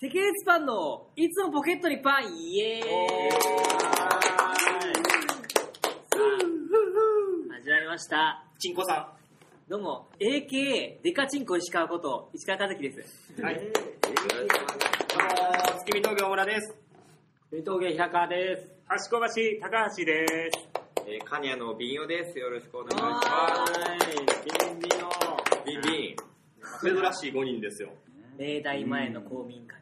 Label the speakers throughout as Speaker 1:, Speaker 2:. Speaker 1: テケレツパンのいつもポケットにパンイエーイ始まりました。
Speaker 2: チンコさ
Speaker 1: どうも、AKA デカチンコ石川こと石川和樹です。
Speaker 2: ん。はい。どうも、月見峠大村です。
Speaker 1: 冬峠平川です。
Speaker 3: 端こ橋高橋です。
Speaker 4: えー、カニアのビンヨです。よろしくお願いし
Speaker 1: は
Speaker 4: ま
Speaker 3: ビンビの
Speaker 4: す。ビンビン。
Speaker 2: 珍しい5人ですよ。
Speaker 1: 明大前の公民館。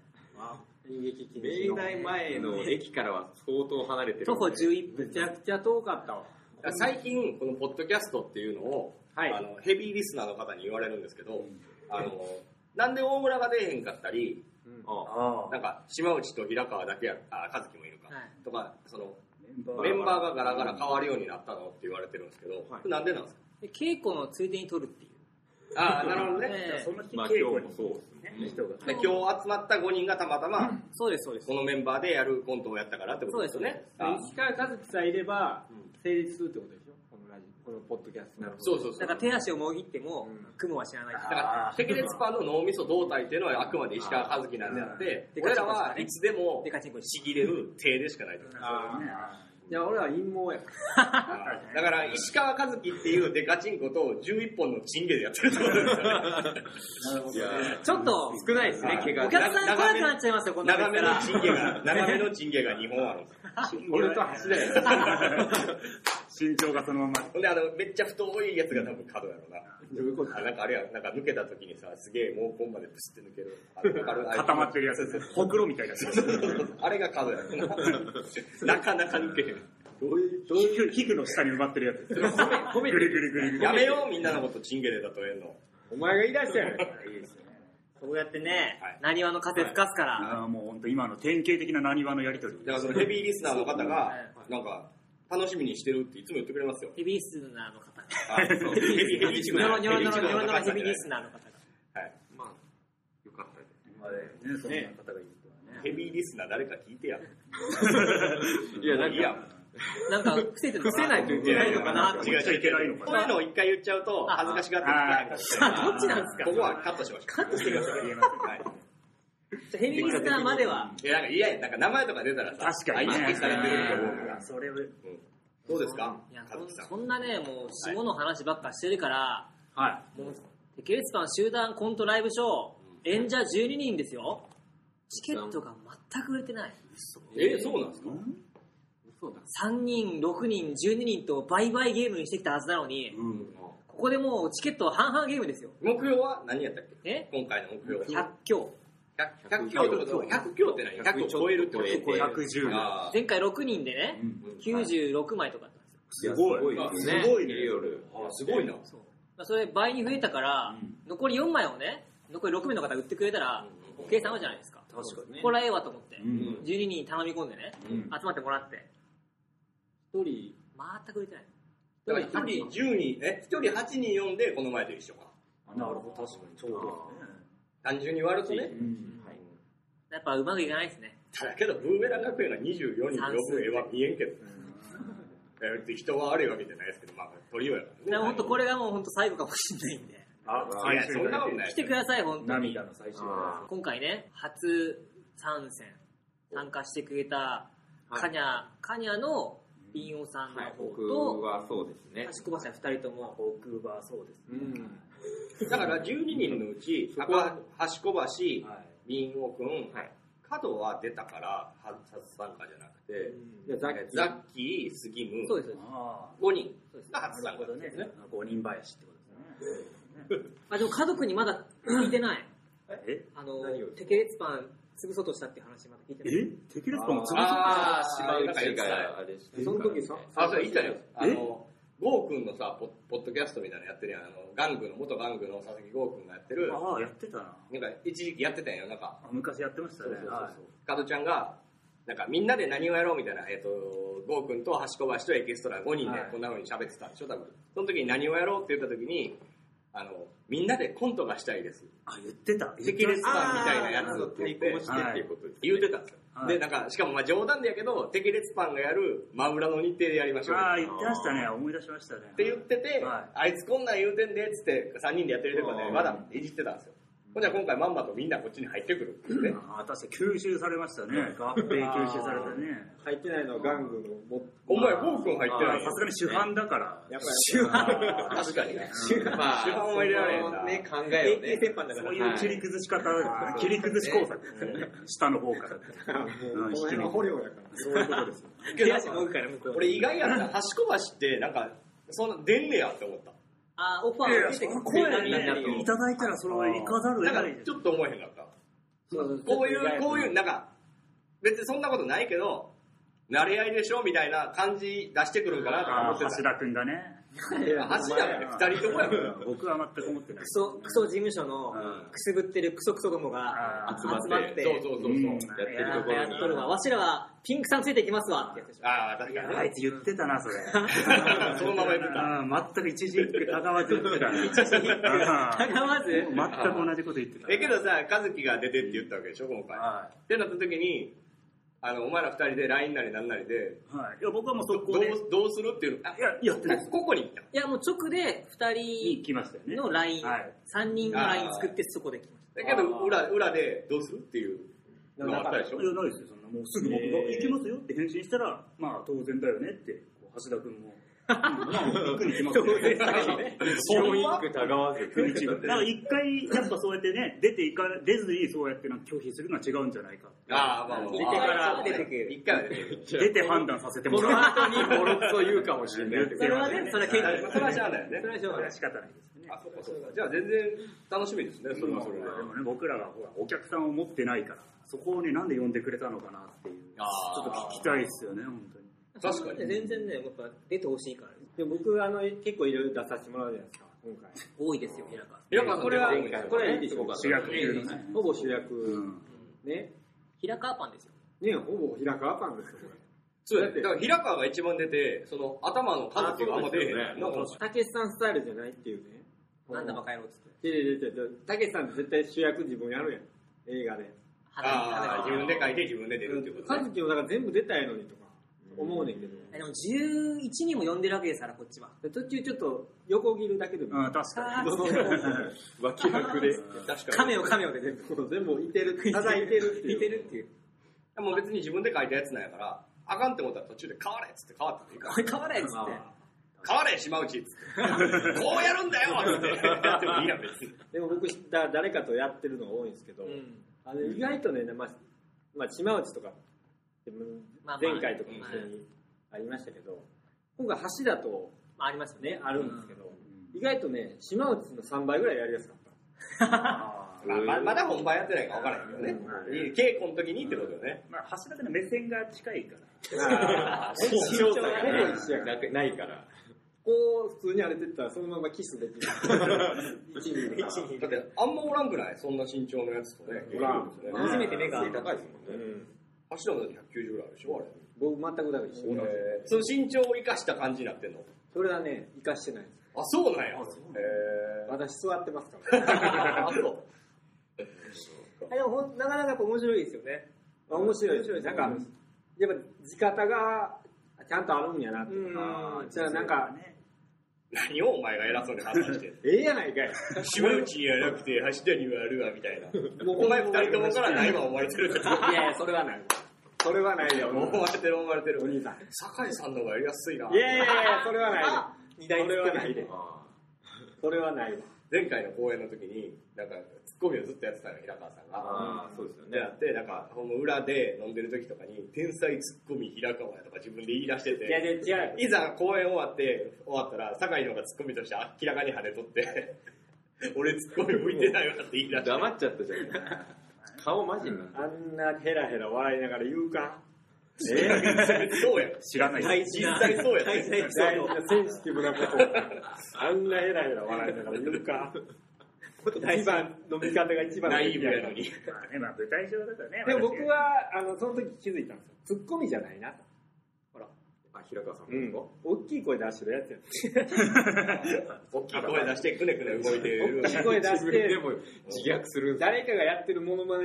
Speaker 3: 演劇禁
Speaker 4: 明大前の駅からは相当離れてる。
Speaker 1: 徒歩11分。
Speaker 3: めちゃくちゃ遠かったわ。
Speaker 2: 最近、このポッドキャストっていうのを、
Speaker 3: はい
Speaker 2: あのヘビーリスナーの方に言われるんですけど、あの、なんで大村が出えへんかったり、
Speaker 4: あ
Speaker 3: あ
Speaker 2: なんか、島内と平川だけや、あ、和樹もいるか、
Speaker 1: はい
Speaker 2: とか、その、
Speaker 4: バラ
Speaker 2: メンバーがガラガラ変わるようになったのって言われてるんですけど、
Speaker 4: は
Speaker 2: こ
Speaker 4: い
Speaker 2: れなんでなんですか
Speaker 1: で稽古のついでに撮るっていう。
Speaker 2: ああ、なるほどね。
Speaker 1: ええ
Speaker 3: その日
Speaker 4: まあ
Speaker 3: 稽
Speaker 4: 今
Speaker 3: 古
Speaker 4: 日も
Speaker 3: に
Speaker 4: そう
Speaker 3: ね
Speaker 4: ですね。
Speaker 3: 人が。
Speaker 2: で今日集まった5人がたまたま、
Speaker 1: そうです、そうです
Speaker 2: こ。のメンバーでやるコントをやったからってことですよね。
Speaker 3: だから
Speaker 2: あ
Speaker 3: 石川和樹さんいれば
Speaker 2: うん
Speaker 3: 成立するってことでしょこのラジオ、このポッドキャスト。
Speaker 2: そうそうそう。
Speaker 1: なんか手足をもぎっても
Speaker 3: うん、
Speaker 1: 雲は知らない
Speaker 2: だから、テキレツパンの脳みそ胴体っていうのはあくまで石川和樹なんであって
Speaker 1: う、ん
Speaker 2: 俺らはいつでも
Speaker 1: デカチンコ石
Speaker 2: ちぎれる手でしかないと。
Speaker 3: あーいや、俺は陰謀やから。
Speaker 2: だから、石川和樹っていうデカチンコと11本のチンゲでやってるってことで すよね。
Speaker 4: いやー
Speaker 1: ちょっと、
Speaker 4: 少ないですね、怪
Speaker 1: お
Speaker 4: 我
Speaker 1: 客さん来なくなっちゃいますよ、こんな
Speaker 2: 長めのチンゲが、長め
Speaker 1: の。
Speaker 2: のチンゲが2本あるんですよ。
Speaker 3: 俺と橋だよ。
Speaker 5: 身長がそのまま。
Speaker 2: ほんで、あの、めっちゃ太いやつが多分角やろうな。
Speaker 3: どういうこと
Speaker 2: あなんかあれや、なんか抜けた時にさ、すげえ毛根までプスって抜ける。あのわかる
Speaker 5: 固まってるやつです。ほくろみたいなやつです。
Speaker 2: あれが角やろな。なかなか抜けへん。
Speaker 3: どういう、どう
Speaker 5: 皮
Speaker 3: いう。
Speaker 5: 膚皮膚の下に埋まってるやつです。ぐるぐるぐるぐる。
Speaker 2: やめよう、みんなのことチンゲで例えんの。
Speaker 3: お前が言い出したやろ。
Speaker 1: そうやってね
Speaker 2: はい、
Speaker 1: なにわの風吹かすから。
Speaker 5: あーもう本当今の典型的な何話のやりとり。
Speaker 2: だからそのヘビーリスナーの方が、なんか、楽しみにしてるっていつも言ってくれますよ。
Speaker 1: ヘビーリスナーの方が。
Speaker 2: あそうヘビーヘビーリ
Speaker 1: ニ
Speaker 2: ス
Speaker 1: ョ
Speaker 2: ナ
Speaker 1: ロ
Speaker 2: ー。
Speaker 1: ニョロニョロニョロニョロヘビ
Speaker 2: ヘビ
Speaker 1: ー
Speaker 2: ー
Speaker 1: リ
Speaker 2: リ
Speaker 1: ス
Speaker 2: ス
Speaker 1: ナーの方が。
Speaker 2: ナー。はい。
Speaker 4: まあ、よかったで
Speaker 3: まあね、そんな方がいるとはね。
Speaker 2: ヘビーリスナー誰か聞いてや。
Speaker 4: す。いや、なん
Speaker 2: いや
Speaker 4: か、、
Speaker 1: なんか、伏せてるのかな
Speaker 4: 伏せないといけないのかな
Speaker 2: 違
Speaker 4: と
Speaker 2: う
Speaker 4: 思
Speaker 2: 違
Speaker 4: っ
Speaker 2: う違う。
Speaker 5: いけないのかな
Speaker 2: こういうのを一回言っちゃうと、恥ずかしがって聞かへん
Speaker 1: あどっちなんですか
Speaker 2: ここはカットしましょう。カットしてください。はい。
Speaker 1: ヘビーリスナーまでは。
Speaker 2: いや、なんか、いや、なんか名前とか出たらさ、
Speaker 5: 確かにね
Speaker 2: あ意識されてると思うから。
Speaker 3: それを、
Speaker 2: どうですか
Speaker 1: いや、
Speaker 2: カズ
Speaker 1: こん
Speaker 2: キさん。
Speaker 1: そんなね、もう、下の話ばっかしてるから、
Speaker 3: は
Speaker 1: もう、テケレツパン集団コントライブショー、演者12人ですよ。チケットが全く売れてない。
Speaker 2: えー、そうなんですか
Speaker 1: 3人、6人、12人と倍々ゲームにしてきたはずなのに、ここでもうチケットは半々ゲームですよ。
Speaker 2: 目標は何やったっけ
Speaker 1: え
Speaker 2: 今回の目標。
Speaker 1: 100強。
Speaker 2: 100強ってことは、100強って何 ?100 を超えるってこと
Speaker 4: 100を超える
Speaker 5: 110。
Speaker 2: あー
Speaker 1: 前回6人でね、96枚とかだったんですよ。
Speaker 5: すごい。
Speaker 4: ね
Speaker 5: すごいね。
Speaker 4: 夜。
Speaker 2: あすごいな。
Speaker 1: そうまあそれ倍に増えたから、残り4枚をね、残り6名の方売ってくれたら、計算はじゃないですか。
Speaker 4: 確かにね
Speaker 1: これはええわと思って、
Speaker 5: うん
Speaker 1: 12人頼み込んでね、
Speaker 5: うん
Speaker 1: 集まってもらって、
Speaker 3: 一人、
Speaker 1: 全く売れてない。
Speaker 2: だから一人10人、え、一人8人呼んで、この前と一緒か。
Speaker 5: なるほど、確かに。ちょう
Speaker 2: 単純に割るとね。
Speaker 1: やっぱうまくいかないですね。
Speaker 2: ただけど、ブーメラン学園が24人呼ぶ絵は見えんけど。えーって人は悪いわけじゃないですけど、まあ、鳥よや
Speaker 1: だ
Speaker 2: か
Speaker 1: からら
Speaker 2: ね。
Speaker 1: 本当これがもう本当最後かもしれないんで、
Speaker 5: あ
Speaker 2: いや、そんなことない
Speaker 1: 来てください、本当に。
Speaker 3: 涙の最終
Speaker 4: あ
Speaker 1: 今回ね、初参戦、参加してくれた、
Speaker 4: はい
Speaker 1: カニャ、カニャのビンオさんの
Speaker 4: はい、
Speaker 1: 方
Speaker 4: 僕
Speaker 1: と、
Speaker 4: はそうですね
Speaker 1: は。しこばさん2人とも、
Speaker 3: 僕はそうですね。
Speaker 2: だから12人のうち、高橋小橋、
Speaker 3: はい。
Speaker 2: 民王くん、
Speaker 4: はい
Speaker 2: 角は出たから、は初参加じゃなくて、
Speaker 4: じゃあザッキ
Speaker 2: ザッキ
Speaker 4: ー
Speaker 2: ー、杉ム
Speaker 1: そうです、そうです
Speaker 3: あ
Speaker 2: 5人
Speaker 1: そうです。
Speaker 2: が初
Speaker 3: あ、
Speaker 2: 参
Speaker 3: な
Speaker 2: 加
Speaker 3: るほどね。五人林ってことですね。
Speaker 1: あ、でも家族にまだ聞いてない。
Speaker 5: え
Speaker 1: あの
Speaker 4: 何を、
Speaker 1: テケレツパン潰そうとしたっていう話まだ聞いてない。
Speaker 5: えテキレスパンも潰す
Speaker 2: あ
Speaker 4: 島
Speaker 2: なんか言って
Speaker 4: 内
Speaker 2: た
Speaker 4: があれしてる
Speaker 3: そ
Speaker 4: から
Speaker 3: の
Speaker 4: ね
Speaker 3: 時さ、
Speaker 2: あ、そう、いたよ。あ
Speaker 5: え
Speaker 2: の、ゴーくんのさポッ、ポッドキャストみたいなのやってるやん。あの、玩具の、元玩具の佐々木ゴーくんがやってる、
Speaker 5: ああ、やってたな。
Speaker 2: なんか一時期やってたんよ。なんか、
Speaker 5: あ昔やってましたね。はい
Speaker 2: 加藤ちゃんが、なんかみんなで何をやろうみたいな、えっ、と、ゴーくんと橋小橋とエキストラ5人で
Speaker 3: はい
Speaker 2: こんな風に喋ってたんでしょ、多分。その時に何をやろうって言った時に、あの、みんなでコントがしたいです。
Speaker 5: あ、言ってた。
Speaker 2: セキレスパンみたいなやつって言って
Speaker 4: 対抗してっていうことですね。
Speaker 2: 言うてたんですよ。
Speaker 5: はい
Speaker 2: で、なんか、しかもまあ冗談でやけど、テキレツパンがやる真裏の日程でやりましょう。
Speaker 5: ああ、言ってましたね。思い出しましたね。
Speaker 2: って言ってて、
Speaker 5: は
Speaker 2: あいつこんなん言うてんでっつって3人でやってるとか
Speaker 4: う
Speaker 2: で
Speaker 4: ん
Speaker 2: まだいじってたんですよ。ほんじゃ今回まんまとみんなこっちに入ってくるっていうね。
Speaker 5: ああ、確かに吸収されましたね。合併吸収されたね。
Speaker 6: 入ってないのはガングのも
Speaker 2: お前、フォー君入ってない
Speaker 5: さすがに主犯だから。
Speaker 6: やっぱ
Speaker 4: 確かにね。
Speaker 2: まあ手腕は入れられへんな
Speaker 4: そのね、考
Speaker 6: り
Speaker 4: えを
Speaker 6: 衛
Speaker 4: ね。
Speaker 6: 鉄板だか
Speaker 5: そ
Speaker 6: ら
Speaker 5: ういう切り崩し方ですね切り崩し工作ですね。下の方から。
Speaker 6: もうこの辺は捕虜やから
Speaker 5: そういうことですよ。
Speaker 1: 手足もぐから向こうに
Speaker 2: 俺意外やった。端こ橋って、なんか、そんな出んねやって思った。
Speaker 1: あ、オファーを受けてくれたんだと。
Speaker 5: いただいたらそれは行かざるを
Speaker 2: な
Speaker 5: 得
Speaker 2: んか
Speaker 5: ないで
Speaker 2: ち
Speaker 5: す。
Speaker 2: ょっと思えへんかった。
Speaker 1: そうそう
Speaker 2: こういう、こういう、。なんか、別にそんなことないけど、慣れ合いでしょみたいな感じ出してくるんかなと
Speaker 5: ああ、
Speaker 2: 思って
Speaker 5: 橋田君がね。
Speaker 2: た。橋だよね、二人ともやから。
Speaker 5: 僕は全く思ってない
Speaker 1: ク。ソ、クソ事務所のくすぶってるクソクソどもが
Speaker 5: あー
Speaker 1: 集まって、
Speaker 2: そうそうそうそう。
Speaker 4: やってるとこ
Speaker 1: や
Speaker 4: ろ
Speaker 1: っ
Speaker 4: に。
Speaker 1: とるわ。わしらはピンクさんついてきますわってやつでしょ。
Speaker 2: ああ、確
Speaker 5: い
Speaker 2: かに
Speaker 5: や
Speaker 2: ね
Speaker 5: あいつ言ってたな、それ。
Speaker 2: そのまま言ってた。
Speaker 5: うん全く一時一句たがわず言ってたね。
Speaker 1: たがわず、
Speaker 5: うん全く同じこと言ってた。
Speaker 2: え、けどさ、和樹が出てって言ったわけでしょ、今回。
Speaker 5: は
Speaker 2: ってなった時に、あの、お前ら二人で LINE なりなんなりで、
Speaker 5: い。はい。いや、僕はもう
Speaker 2: ど
Speaker 5: 速攻で。
Speaker 2: うどうするっていうの、あ
Speaker 5: いや、やってないです。
Speaker 2: ここに来た。
Speaker 1: いやもう直で
Speaker 5: に
Speaker 1: 2
Speaker 5: 来ましたよね。
Speaker 1: 人の LINE、
Speaker 5: はい
Speaker 1: 3人の LINE 作ってそこで来まし
Speaker 2: だけど、裏、裏でどうするっていうのがあったでしょ
Speaker 5: いや、ないですよ、そんな。もうすぐ僕が、行きますよって返信したら、まあ、当然だよねって、こう橋田君も。うんまあ、行くに決まってる。
Speaker 4: 教育たがわず。
Speaker 5: 行くに決まってるだから一回、やっぱそうやってね、出ていか、出ずにそうやってなんか拒否するのは違うんじゃないか。
Speaker 2: ああ、まあまあ。
Speaker 1: 出てから
Speaker 2: 出てくる。一回は出てくる。
Speaker 5: 出て判断させても
Speaker 4: この
Speaker 5: らう。
Speaker 4: 後にボロクソ言うかもしれない。
Speaker 1: た。それはね、それは結
Speaker 2: それはしゃあないよ
Speaker 1: それ
Speaker 2: ね。
Speaker 1: はしょうがない。
Speaker 5: 仕方ないですよね。
Speaker 2: あ、そうかそうか。じゃあ全然楽しみですね、それはそれで。
Speaker 5: でもね、僕らがほら、お客さんを持ってないから、そこをね、なんで呼んでくれたのかなっていう、ち
Speaker 2: あ
Speaker 5: ょっと
Speaker 2: ー
Speaker 5: 聞きたいですよね、本当に。
Speaker 2: 確かに
Speaker 1: 全然ね、やっぱ出てほしいからね、
Speaker 6: で僕あの結構いろいろ出させてもらうじゃないですか今回
Speaker 1: 多いですよ、平川さん。
Speaker 2: 平川これは、こ
Speaker 6: こ
Speaker 2: れは
Speaker 6: れ
Speaker 2: い
Speaker 6: はい
Speaker 2: で
Speaker 6: いで
Speaker 2: し
Speaker 6: し
Speaker 2: ょ
Speaker 6: ょ
Speaker 2: うか。
Speaker 5: 主役級のね。
Speaker 6: ほぼ主役
Speaker 5: ん。
Speaker 6: ね
Speaker 1: 平川パンですよ。
Speaker 6: ねほぼ平川パンですよこ
Speaker 2: そうだだから平川が一番出て、その頭の数っていうのがあんま出えへんやんな。
Speaker 6: れたけしさんスタイルじゃないっていうね
Speaker 1: なんだバカ野郎っつって。
Speaker 6: いやいやいやいやたけしさんって絶対主役自分やるやん映画で
Speaker 2: ああ、自分で書
Speaker 1: い
Speaker 2: いて自分で出るっていうこと
Speaker 6: 和
Speaker 2: ね。
Speaker 6: 樹もだから全部出たいのにとか思うねんけど
Speaker 1: でも11人も呼んでるわけですから、こっちは。
Speaker 6: で途中ちょっと横切るだけでも
Speaker 5: うん、確か
Speaker 1: あ
Speaker 5: に。
Speaker 1: ー
Speaker 4: 脇役で。
Speaker 2: 確か
Speaker 1: カ
Speaker 2: に。
Speaker 1: メオカメオで全部。
Speaker 6: そう全部いてるただいてるっていう
Speaker 1: いてるっていう。
Speaker 2: でも別に自分で書いたやつなんやから、あかんって思ったら途中で変われっつって変わったっていうか
Speaker 1: お、い、変わらないっつって。
Speaker 2: 変われ島内っつって、こうやるんだよっつってやってもいいやん別に。
Speaker 6: でも僕だ誰かとやってるのが多いんですけど、
Speaker 1: うん。
Speaker 6: あの意外とね、まあ、まあ、島内とかってうん
Speaker 1: まあまあ
Speaker 6: 前回とかも一緒にありましたけど、今回橋だと
Speaker 1: まあ、ありますよね
Speaker 6: ね。、あるんですけど、意外とね、島内の3倍ぐらいやりやすかった。
Speaker 5: あ
Speaker 2: まあまあまだ本番やってないから分からへんけどね。稽古の時にってことよね。
Speaker 5: ーまあ、橋田君の目線が近いから。
Speaker 6: 身長がほぼ一緒やから。
Speaker 4: ないから。
Speaker 6: こう、普通に歩いてったらそのままキスでき る。一人で
Speaker 2: だってあんまおらんくないそんな身長のやつとね。
Speaker 6: おらん
Speaker 2: ですよね。
Speaker 1: 初めて目が。
Speaker 4: 高いですも
Speaker 6: うん
Speaker 4: ね。
Speaker 6: ん
Speaker 2: 橋の190ぐらいあるでしょあれ。
Speaker 6: 僕全くだから一緒。
Speaker 2: えーその身長を生かした感じになってんの
Speaker 6: それはね、活かしてないです。
Speaker 2: あ、そうなんや。へえ
Speaker 6: 私座ってますか ら。
Speaker 2: あ、そう。
Speaker 1: あでもほん、なかなかやっぱ面白いですよね。
Speaker 6: あ面白いですなんか、やっぱ、地方がちゃんとあるんやなっていう
Speaker 1: う
Speaker 6: か
Speaker 1: ん、
Speaker 6: じゃあなんか、
Speaker 5: ね、
Speaker 2: 何をお前が偉そうに話してんの
Speaker 6: ええやないかい。
Speaker 2: 島内やなくて橋谷はあるわみたいな。
Speaker 6: も
Speaker 2: お前二人ともから ないわ思われてる。
Speaker 6: いやいや、それはない。それはないよ、もう
Speaker 2: 思。われてる思われて
Speaker 6: お
Speaker 2: る。
Speaker 6: 兄さん。
Speaker 2: 酒井さんの方がやりやすいな。
Speaker 6: いやいやい や、それはないで。
Speaker 1: 二
Speaker 6: そ
Speaker 1: 台
Speaker 6: れはない
Speaker 1: で。
Speaker 6: で。それはないわ。
Speaker 2: 前回の公演の時に、なんか、ツッコミをずっとやってたの、平川さんが。
Speaker 4: ああ、そうですよ
Speaker 2: で、
Speaker 4: ね
Speaker 2: あ。って、なんか、ほんま裏で飲んでる時とかに、天才ツッコミ平川やとか自分で言い出して
Speaker 6: いやい
Speaker 2: て、
Speaker 6: や、違う。
Speaker 2: いざ公演終わって、終わったら、酒井の方がツッコミとして明らかに跳ねとって、 俺ツッコミ向いてないわって言い出して。
Speaker 4: 黙っちゃったじゃん。顔マジになった。
Speaker 6: あんなヘラヘラ笑いながら言うか。
Speaker 2: そうやん。
Speaker 5: 知らないです。
Speaker 1: 大事な、大事なエピソ
Speaker 6: 大
Speaker 1: ー
Speaker 6: 事なセンシティブなことを。あんなヘラヘラ笑いながら言う か。一番、飲み方が一番
Speaker 2: ナイーブやのに。
Speaker 5: まあね、まあ舞台上だからね。
Speaker 6: でも僕 は、あの、その時気づいたんですよ。ツッコミじゃないなと。
Speaker 4: あ、平川さん
Speaker 6: うん
Speaker 4: も。
Speaker 6: 大きい声出してるやつやん。
Speaker 2: 大きい声出してくねくね動いてる。
Speaker 6: 大きい声出
Speaker 4: 自
Speaker 6: し
Speaker 4: 分で
Speaker 6: て、
Speaker 4: も自虐するんです
Speaker 6: 誰かがやってるモノマネ、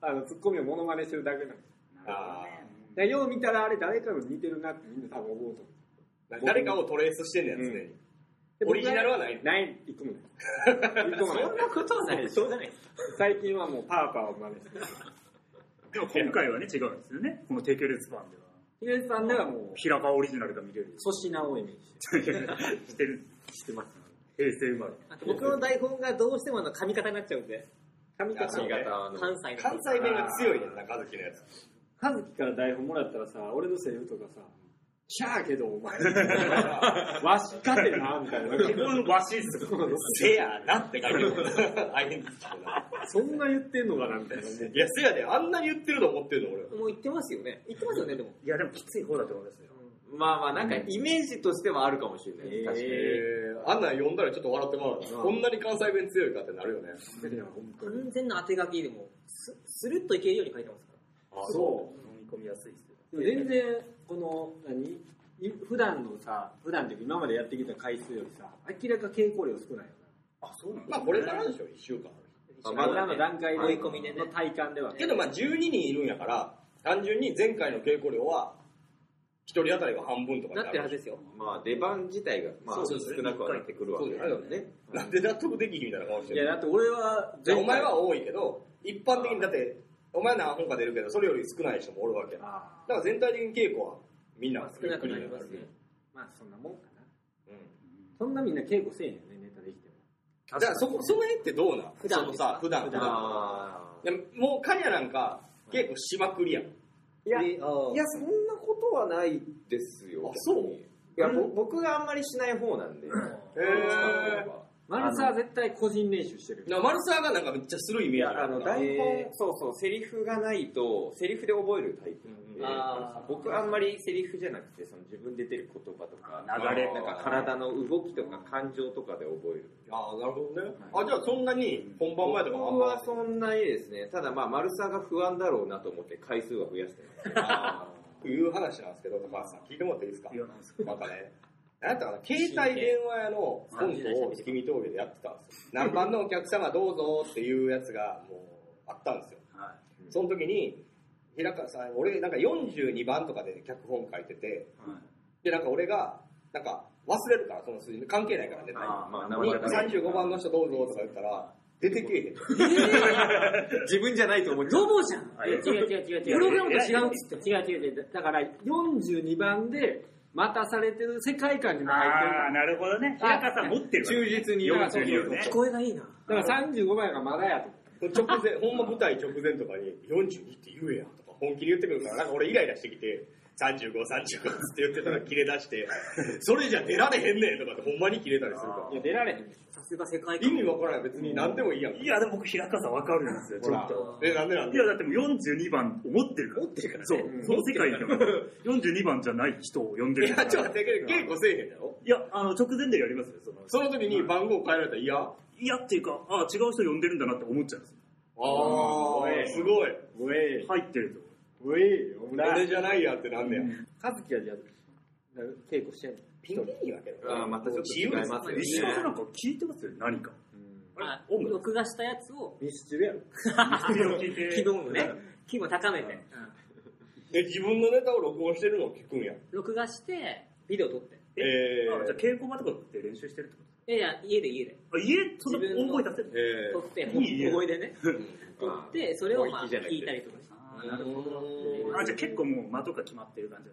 Speaker 6: あの、ツッコミをモノマネしてるだけなんです。
Speaker 2: あ
Speaker 6: だからよう見たらあれ誰かの似てるなってみんな多分思うと思う。
Speaker 2: ー誰かをトレースしてんねやつね。オリジナルはない。
Speaker 6: ない、一 個もない。一個も
Speaker 4: そ
Speaker 6: ない
Speaker 4: んなことはないでしょ。
Speaker 1: うじゃない
Speaker 6: 最近はもうパーパーを真似してる。
Speaker 5: でも今回はね、違うんですよね。この低系列版では。
Speaker 6: ひでさんではもう、
Speaker 5: 平場オリジナルが見れる。
Speaker 6: 粗品をイメージして
Speaker 5: してる。してます。平成生まれ。
Speaker 1: 僕の台本がどうしてもあの髪型になっちゃうんで、
Speaker 6: 髪
Speaker 2: あそう
Speaker 6: 型
Speaker 2: ね
Speaker 4: 新潟の。
Speaker 1: 関西の。
Speaker 2: 関西弁が強いね、中月のやつ。
Speaker 6: カズキから台本もらったらさ、俺のセリフとかさ、キャーけど お前、わしかてな、みたいな。
Speaker 2: 基本わしっすせやなって書いてる。アイデンティティだ
Speaker 6: そんな言ってんのかな、みたいな。
Speaker 2: ないや、せやで、あんなに言ってると思ってるの、俺。
Speaker 1: もう言ってますよね。言ってますよね、でも。
Speaker 5: いや、でもきつい方だと思いますよ。
Speaker 4: まあまあ、なんかイメージとしてはあるかもしれない。確かに。
Speaker 2: えー、あんなん読んだらちょっと笑ってまうな。こんなに関西弁強いかってなるよね。
Speaker 1: 完全な当て書きでも、ススルッといけるように書いてますか
Speaker 6: そう。
Speaker 5: 飲み込みやすいですよ。
Speaker 6: でも全然、この、何い普段のさ、普段っていうか今までやってきた回数よりさ、明らか傾向量少ないよ
Speaker 5: あ、そうなん
Speaker 2: まあ、これからでしょ、一週間。
Speaker 4: あ
Speaker 6: な。
Speaker 4: ま
Speaker 6: まだ
Speaker 4: だ
Speaker 6: の段階で、
Speaker 1: 追い込みでね
Speaker 6: の体感では。
Speaker 2: けど、まあ、12人いるんやから、単純に前回の稽古量は、一人当たりが半分とかに
Speaker 1: ら。なってるはず
Speaker 2: る
Speaker 1: ですよ。
Speaker 4: まあ、出番自体が、まあ、
Speaker 2: そうですね
Speaker 4: 少なくはなってくるわけだよね。
Speaker 2: なんで納得できひんみたいな顔して
Speaker 6: いや、
Speaker 2: る
Speaker 6: だって俺は、
Speaker 2: いやお前は多いけど、一般的に、だって、お前何本か出るけど、それより少ない人もおるわけや。だ
Speaker 6: あ
Speaker 2: から全体的に稽古は、みんな
Speaker 1: 少なくなりますね。
Speaker 6: ーまあそんなもんかな。
Speaker 2: うん
Speaker 6: そんなみんな稽古せえへんよね、ネタできても。
Speaker 2: だからそこ、その辺ってどうなん
Speaker 1: 普段
Speaker 2: そのさ、普段。普段
Speaker 4: あ
Speaker 2: いやもう、カニャなんか、稽古しまくりやん。
Speaker 4: いや、
Speaker 1: であー
Speaker 4: いや、そんなことはないですよ。
Speaker 2: あそう
Speaker 4: 別にいや、ぼ僕があんまりしない方なんで。
Speaker 2: へー
Speaker 6: マルサは絶対個人練習してるよ。
Speaker 2: なマルサーがなんかめっちゃするイメー
Speaker 4: い
Speaker 2: ジ
Speaker 4: や、
Speaker 2: る
Speaker 4: あの、台本、そうそう、セリフがないと、セリフで覚えるタイプなんで、
Speaker 1: あー
Speaker 4: 僕あんまりセリフじゃなくて、その自分で出てる言葉とか、
Speaker 5: 流れ
Speaker 4: なんか体の動きとか感情とかで覚える。
Speaker 2: ああ、なるほどね。あ、じゃあそんなに本番前とかもあん
Speaker 4: 僕
Speaker 2: ま
Speaker 4: はそんなにですね、ただまあ、丸さが不安だろうなと思って回数は増やしてま
Speaker 2: いう話なんですけど、高橋さん、聞いてもらっていいですか
Speaker 5: いや、なんですか。
Speaker 2: なんかね、なんやったかな、携帯電話屋のコントを月見峠でやってたん ですよ。何番のお客様どうぞっていうやつがもうあったんですよ。
Speaker 5: は
Speaker 2: その時に、平川さん、俺なんか42番とかで脚本書いてて、で、なんか俺が、なんか忘れるから、その数字関係ないからね。
Speaker 5: あ
Speaker 4: あ、まあ、名前がね
Speaker 2: 35番の人どうぞとか言ったら、出てけえへん。
Speaker 4: 自分じゃないと思っちゃう
Speaker 1: ロボじゃん
Speaker 5: い。
Speaker 6: 違う違う違う
Speaker 1: プログラムと違うっつっても。
Speaker 6: 違う違う違う。だから、42番で待たされてる世界観にも入ってる
Speaker 5: あ
Speaker 6: か
Speaker 5: あ、
Speaker 6: ら。
Speaker 5: なるほどね。平川さん持ってるわ。
Speaker 4: 忠実に。
Speaker 5: 42よね
Speaker 1: 聞。こえがいいな。
Speaker 6: だから35番やからまだやと。
Speaker 2: 直前、ほんま舞台直前とかに、42って言えやとか本気で言ってくるから、なんか俺イライラしてきて、35、35って言ってたら切れ出して、それじゃ出られへんねんとかってほんまに切れたりするか
Speaker 6: いや、出られへん。
Speaker 1: さすが世界
Speaker 2: ら。意
Speaker 1: 観。
Speaker 2: 味わからない、別に何でもいいやん。
Speaker 5: いや、でも僕平川さんわかるんですよ、ち
Speaker 2: ほ
Speaker 5: ょ
Speaker 2: ら
Speaker 5: っと。
Speaker 2: え、なんでなん
Speaker 5: い
Speaker 2: で
Speaker 5: や、だってもう42番思ってるから。思ってるからそう、その世界だから。42番じゃない人を呼んで
Speaker 2: い
Speaker 5: るか
Speaker 2: や、
Speaker 5: ら。
Speaker 2: ちょっと待って、稽古せえへんだろ
Speaker 5: いや、あの、直前でやりますよ、その。
Speaker 2: その時に番号変えられたら嫌あ
Speaker 5: いや、っていうか、ああ、違う人呼んでるんだなって思っちゃうんですよ。
Speaker 2: ー、すごい。
Speaker 6: ウェイ、
Speaker 5: 入ってると。
Speaker 6: ウェイ、お
Speaker 2: 俺じゃないやってなんねや。
Speaker 6: カズキはじゃあ、稽古してんの
Speaker 2: ピンいいわけだ
Speaker 4: あーまたちょっと違いますよね。
Speaker 5: 一緒なんか聞いてますよね、何か。
Speaker 1: あ録画したやつを、
Speaker 6: ミスチルやろ。
Speaker 5: それを聞いて。
Speaker 1: 気分をね、気分を高めて、
Speaker 2: え、自分のネタを録音してるのを聞くんや。
Speaker 1: 録画して、ビデオ撮って。
Speaker 2: え
Speaker 5: あじゃあ
Speaker 2: ー、
Speaker 5: 稽古場とかって練習してるってこ
Speaker 1: いやいや、家で家で。
Speaker 5: とあ、家、そんな大声出せる
Speaker 2: え
Speaker 1: 撮って、
Speaker 5: いいね
Speaker 1: 思い出ね。撮
Speaker 4: まあ
Speaker 1: って、それをまあ
Speaker 4: 思いっきりじゃなくて
Speaker 1: 聞いたりとかして。
Speaker 5: あーなるほどなあ、じゃあ結構もう間とか決まってる感じ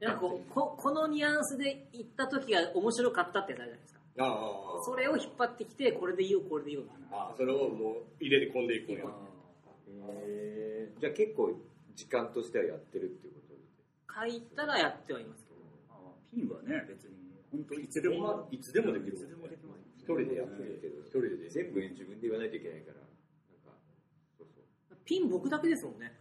Speaker 5: だ
Speaker 1: なんかこうここのニュアンスで言った時が面白かったってやつあるじゃないですか。
Speaker 2: ああ
Speaker 1: それを引っ張ってきて、これでいいよ、これでいいよ。
Speaker 2: あーそれをもう入れて込んでいくんや。
Speaker 4: えーじゃあ結構時間としてはやってるっていうこと
Speaker 1: 書いたらやってはいますけど。
Speaker 5: あピンはね、別に、本当いつでも。
Speaker 2: いつでもできるもんね。一人でやってる。
Speaker 4: るけど、一人で全部自分で言わないといけないから、なんか、そうそう。
Speaker 1: ピン僕だけですもんね。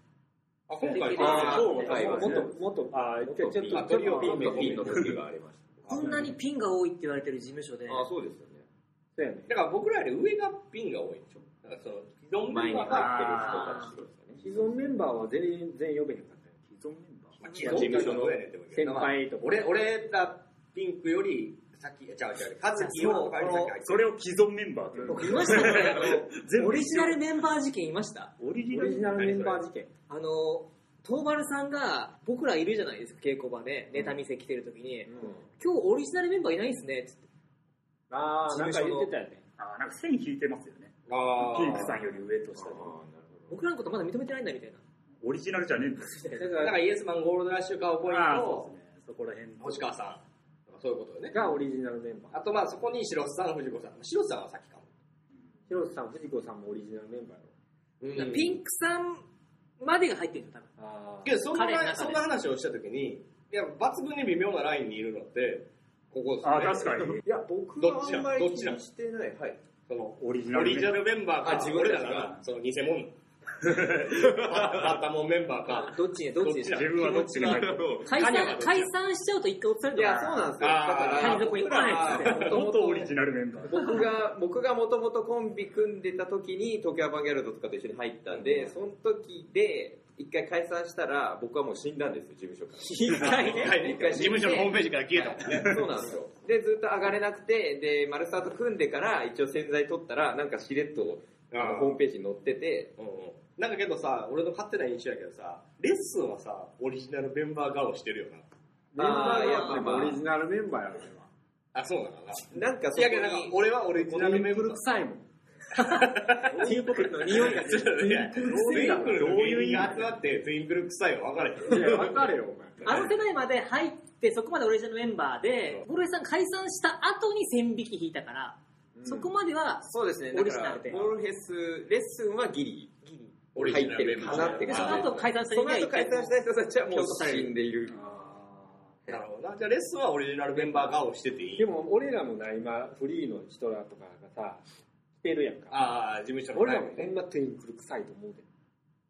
Speaker 2: あ、今回
Speaker 1: あー
Speaker 2: そう
Speaker 4: 今回は
Speaker 6: もっ
Speaker 4: ね
Speaker 6: と、もっと、あー、ちょっと、ちょっと、
Speaker 2: トリオ
Speaker 4: ピン
Speaker 2: ピン
Speaker 4: の
Speaker 2: の
Speaker 4: ピンの時がありまし
Speaker 1: こんなにピンが多いって言われてる事務所で
Speaker 4: た。、あ、そうですよね。
Speaker 6: そうやね。
Speaker 2: だから僕らより上がピンが多いんでしょ。だからその、既存メ
Speaker 4: 前
Speaker 2: ン
Speaker 4: に
Speaker 2: バ
Speaker 4: 入
Speaker 2: ー
Speaker 4: って
Speaker 2: が、
Speaker 4: る人たちとかね。
Speaker 6: 既存メンバーは全員、全員呼べへんかったよ。
Speaker 5: 既存メンバー。
Speaker 2: まあ既存っていうのはどうやねんって思うけど
Speaker 6: 先輩とか
Speaker 2: 俺、俺らピンクより先、ちゃうちゃう、カズキの先入って
Speaker 5: それを既存メンバーという
Speaker 1: 僕いましたこれ、 あ
Speaker 5: 全
Speaker 1: の、
Speaker 5: 部
Speaker 1: オリジナルメンバー事件いました
Speaker 5: オリジ
Speaker 6: オ
Speaker 5: ナ
Speaker 6: リジナ
Speaker 5: ル
Speaker 6: ルメンバー事件。
Speaker 1: あの、東丸さんが、僕らいるじゃないですか、稽古場で、ネタ見せ来てる時に、今日オリジナルメンバーいないんすね、つって。
Speaker 4: ああ、な
Speaker 6: な
Speaker 4: んん
Speaker 6: か
Speaker 4: か
Speaker 6: 言
Speaker 4: 言
Speaker 6: っ
Speaker 4: っててた。
Speaker 6: たよね。
Speaker 5: あーなんか線引いてますよね。
Speaker 2: あー
Speaker 5: ピンクさんより上と下で。
Speaker 1: 僕らのことまだ認めてないんだみたいな。
Speaker 5: オリジナルじゃねえんだ。
Speaker 4: だから、だからイエスマンゴールドラッシュカウボー
Speaker 5: あ
Speaker 4: イ
Speaker 5: あ、そ
Speaker 4: と
Speaker 5: う、ですね。そこら辺。
Speaker 2: 星川さんとかそういうことよね。
Speaker 6: がオリジナルメンバー。
Speaker 2: あとまあそこに白須さん、藤子さん。白須さんはさっきかも。
Speaker 6: 広瀬さん、藤子さんもオリジナルメンバーやろ。
Speaker 4: うん
Speaker 1: ピンクさんまでが入ってるんですよ、
Speaker 6: あ
Speaker 2: けどそんな
Speaker 1: 彼の中で
Speaker 2: そんな話をしたときに、いや、抜群に微妙なラインにいるのって、ここですね。
Speaker 5: ああ、確かに。
Speaker 4: いや、僕
Speaker 2: どっ
Speaker 4: は
Speaker 2: ち
Speaker 4: あ
Speaker 2: や
Speaker 4: んまり
Speaker 2: どっち
Speaker 4: 気
Speaker 2: や
Speaker 4: にしてない。はい。
Speaker 2: その、
Speaker 5: オリジナ
Speaker 2: オ
Speaker 5: ルね。
Speaker 2: リジナルメンバーか、
Speaker 4: あ自分
Speaker 2: 俺
Speaker 4: た
Speaker 2: ら
Speaker 4: ちが
Speaker 2: が、その偽物、バッタモンメンバー
Speaker 1: 多
Speaker 2: か
Speaker 1: 分。、どっちね、どっちです
Speaker 2: ど
Speaker 1: か
Speaker 2: っち
Speaker 5: 自分はどっちが入ってる
Speaker 1: 解散
Speaker 2: カニャがどっ、ち
Speaker 1: 解散しちゃうと一回落とされ
Speaker 4: い
Speaker 1: るの
Speaker 4: や、
Speaker 1: か
Speaker 4: そう
Speaker 1: な。
Speaker 4: なんですよ。だ
Speaker 2: あー
Speaker 4: か
Speaker 1: 谷
Speaker 4: ら、
Speaker 1: 底に
Speaker 4: 僕
Speaker 1: 来ないです
Speaker 4: ら
Speaker 1: よ
Speaker 4: は、
Speaker 5: 元オリジナルメンバー。
Speaker 4: 僕が、僕がもともとコンビ組んでた時に、東京アバンギャルドとかと一緒に入ったんで、その時で、一回解散したら、僕はもう死んだんですよ、事務所から。
Speaker 1: 一回ね。
Speaker 2: はい
Speaker 4: 一回
Speaker 2: 事務所のホームページから消えたもんね。
Speaker 4: そうなんですよ。で、ずっと上がれなくて、で、マルサーと組んでから、一応洗剤取ったら、なんかしれっと、あのホームページに載ってて、
Speaker 2: うんうんなんかけどさ、俺の勝手な印象やけどさ、レッスンはさ、オリジナルメンバー顔してるよな。
Speaker 6: メンバ
Speaker 4: あー
Speaker 6: ー
Speaker 4: や
Speaker 6: や
Speaker 4: っ
Speaker 6: っ
Speaker 4: ぱ
Speaker 6: ぱ
Speaker 4: まあ
Speaker 6: オリジナルメンバーやろ、
Speaker 2: あ、そうなのかな。
Speaker 4: なんか
Speaker 2: い
Speaker 4: そこ
Speaker 2: やけどなんか
Speaker 4: に、
Speaker 2: 俺はオリジナルメンバー。
Speaker 6: 臭いもん。
Speaker 1: っていうこと の匂いが
Speaker 2: ツイ
Speaker 1: ね。
Speaker 2: ンクルの芸人が集まってツインクル臭いは分かれへん。
Speaker 6: いや、わかれよ、お前。
Speaker 1: あの世代まで入って、そこまでオリジナルメンバー
Speaker 2: そ
Speaker 1: で
Speaker 2: う、
Speaker 1: ボロエさん解散した後に線引き引いたから、そこまでは、
Speaker 4: そうですね、
Speaker 1: オ
Speaker 4: だ
Speaker 1: リジ
Speaker 4: か
Speaker 1: ナ
Speaker 4: ら
Speaker 1: ルで、
Speaker 4: ボルヘス、レッスンはギリ、
Speaker 1: ギリ。
Speaker 2: オリジナルメンバー
Speaker 4: 入っ
Speaker 1: で、
Speaker 4: てる
Speaker 1: そ
Speaker 4: か
Speaker 1: の
Speaker 4: なって
Speaker 1: 後解散した
Speaker 4: その後解散した人たちはもう死んでいる。
Speaker 2: なるほどな。じゃあレッスンはオリジナルメンバー顔してていい
Speaker 6: でも、俺らもな、今、フリーの人らとかがさ、来てるやんか。
Speaker 2: ああ、事務所の
Speaker 6: 俺らもほんまトゥインクル臭いと思うで。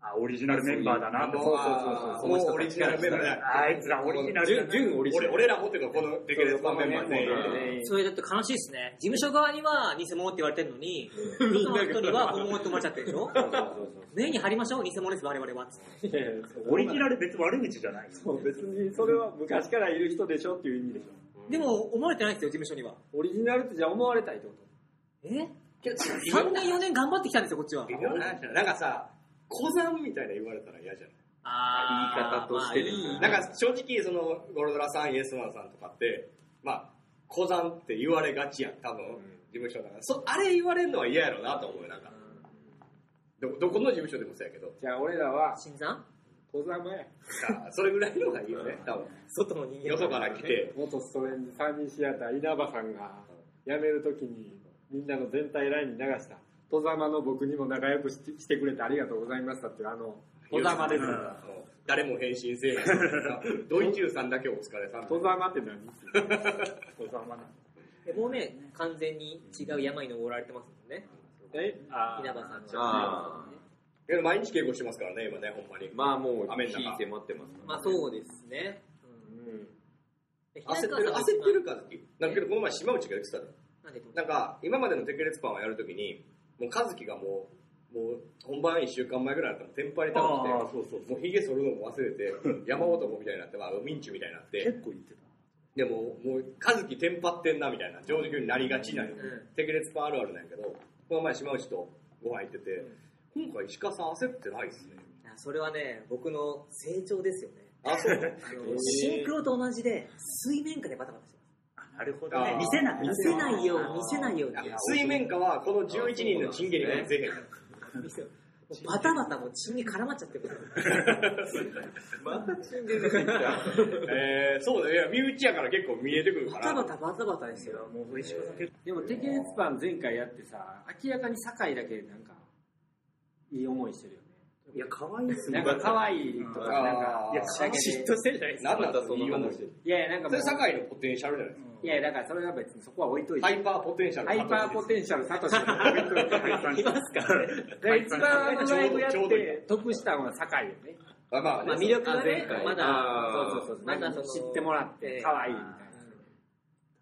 Speaker 5: あ、オリジナルメンバーだな
Speaker 2: あ
Speaker 5: と
Speaker 2: も
Speaker 5: 思
Speaker 2: う
Speaker 5: って。
Speaker 2: あーもうオリジナルメンバーだ。
Speaker 5: あいつらオリジナル
Speaker 4: 純
Speaker 5: だな。
Speaker 4: 純オリジナ
Speaker 2: 俺
Speaker 4: ル。
Speaker 2: 俺らもっていうか、このデケレスパンメンバー全員
Speaker 4: そうそう
Speaker 6: 全員
Speaker 1: それだって悲しいですね。事務所側には偽物って言われてるのに、みんなの人には本物って思われちゃってるでしょ
Speaker 6: そうそうそう
Speaker 1: 目に貼りましょう、偽物です、我々は。
Speaker 6: そう。いやいやそう
Speaker 5: オリジナル別に悪口じゃない。
Speaker 6: そう、別にそれは昔からいる人でしょっていう意味でしょ。
Speaker 1: でも、思われてないですよ、事務所には。
Speaker 6: オリジナルってじゃあ思われたいってこ
Speaker 1: え ?3 年4年頑張ってきたんですよ、こっちは。
Speaker 2: 微妙な話だな。なんかさ、小山みたいな言われたら嫌じゃない
Speaker 1: あー
Speaker 4: 言い方としてね
Speaker 1: まあいい
Speaker 2: なんか正直、その、ゴルドラさん、イエスマンさんとかって、まあ、小山って言われがちやん、多分、事務所だから。そあれ言われるのは嫌やろなと思うよ、なんか。ど、どこの事務所でもそうやけど。
Speaker 6: とじゃあ俺らは、
Speaker 1: 新参
Speaker 6: 小沢や。
Speaker 2: さそれぐらいのがいいよね、多分。
Speaker 1: 外の人間
Speaker 2: よそから来て。
Speaker 6: 元ストレンジ三人シアター稲葉さんが辞めるときにみんなの全体ラインに流した「戸ざまの僕にも仲良くしてしてくれてありがとうございました」っていうあの戸ざまです
Speaker 2: うん誰も返信せえへんから。ドイチューさんだけお疲れさん。
Speaker 6: 戸ざまって何
Speaker 5: 小沢真奈
Speaker 1: えもうね、完全に違う病に登られてますもんね。
Speaker 6: え
Speaker 5: あ
Speaker 1: 稲葉さんは
Speaker 4: あ。
Speaker 2: けど毎日稽古してますからね、今ね、ほんまに。
Speaker 4: まあもう、
Speaker 2: 雨の
Speaker 4: 火
Speaker 2: 中
Speaker 4: 迫ってますから
Speaker 1: まあそうですね。うん
Speaker 2: 焦ってる、焦ってる。かって。なんかけどこの前島内が言ってたの。
Speaker 1: なんでどう
Speaker 2: なんか、今までのテクレツパンをやるときに、もう和樹がもう、もう本番1週間前ぐらいだったらテンパり
Speaker 5: あ
Speaker 2: 倒して、
Speaker 5: あ、そうそうそ
Speaker 2: もう
Speaker 5: う。
Speaker 2: ヒゲ剃るのも忘れ て、山男みたいになって、まあ、ミンチみたいになって、
Speaker 5: 結構言ってた。
Speaker 2: でも、もう、和樹テンパってんなみたいな、上手になりがちなんよ
Speaker 1: うん
Speaker 2: テクレツパンあるあるなんやけど、この前島内とご飯行ってて、今回石川さん焦ってないですね。
Speaker 1: いやそれはね、僕の成長ですよね。
Speaker 2: あ、そう。
Speaker 1: あの、シンクロと同じで、水面下でバタバタして
Speaker 5: なるほ
Speaker 2: どね
Speaker 5: 見せな
Speaker 1: ま
Speaker 5: い。
Speaker 1: す。見せないように、見せないように。
Speaker 2: 水面下はこの11人のチンゲリが出てへん。
Speaker 1: 見せないもうバタバタもう血に絡まっちゃってる。
Speaker 4: また死んでるんだ。
Speaker 2: えー、そうだね。いや、身内やから結構見えてくるか
Speaker 1: バ
Speaker 2: ら。
Speaker 1: タバタバタバタですよ。
Speaker 5: もう石川さん結
Speaker 6: でもテケレツパン前回やってさ明らかに酒井だけなんかいい思いしてるよね
Speaker 5: 構、いや、可愛いっす
Speaker 6: な
Speaker 5: ね
Speaker 6: ん。か可愛いとかなんか
Speaker 2: あー
Speaker 6: いや仕上げて
Speaker 1: してるじゃないで
Speaker 2: なんだ
Speaker 4: ま
Speaker 2: った
Speaker 4: た
Speaker 2: そ
Speaker 4: そ
Speaker 2: の
Speaker 4: の
Speaker 2: 話
Speaker 4: 話。。
Speaker 6: いやいやなんか
Speaker 2: そ
Speaker 6: もう
Speaker 2: れ、堺のポテンシャルじゃないです
Speaker 6: いやいやだからそれは別にそこは置いとい
Speaker 2: か。
Speaker 6: て
Speaker 2: ハイパーポテンシャル。
Speaker 6: ハイパーポテンシャルサトシ いますかね。で一番あのライブやっ
Speaker 2: ちょうどいい
Speaker 6: て得したのは酒井よね。
Speaker 2: あまあ、
Speaker 1: まあ魅力が
Speaker 4: 前
Speaker 1: ね
Speaker 4: 回、
Speaker 1: まだ、
Speaker 4: あー
Speaker 6: そうそうそう。
Speaker 1: な
Speaker 6: なんん
Speaker 1: か
Speaker 6: か
Speaker 1: その
Speaker 6: 知ってもらって、可愛いみたいな。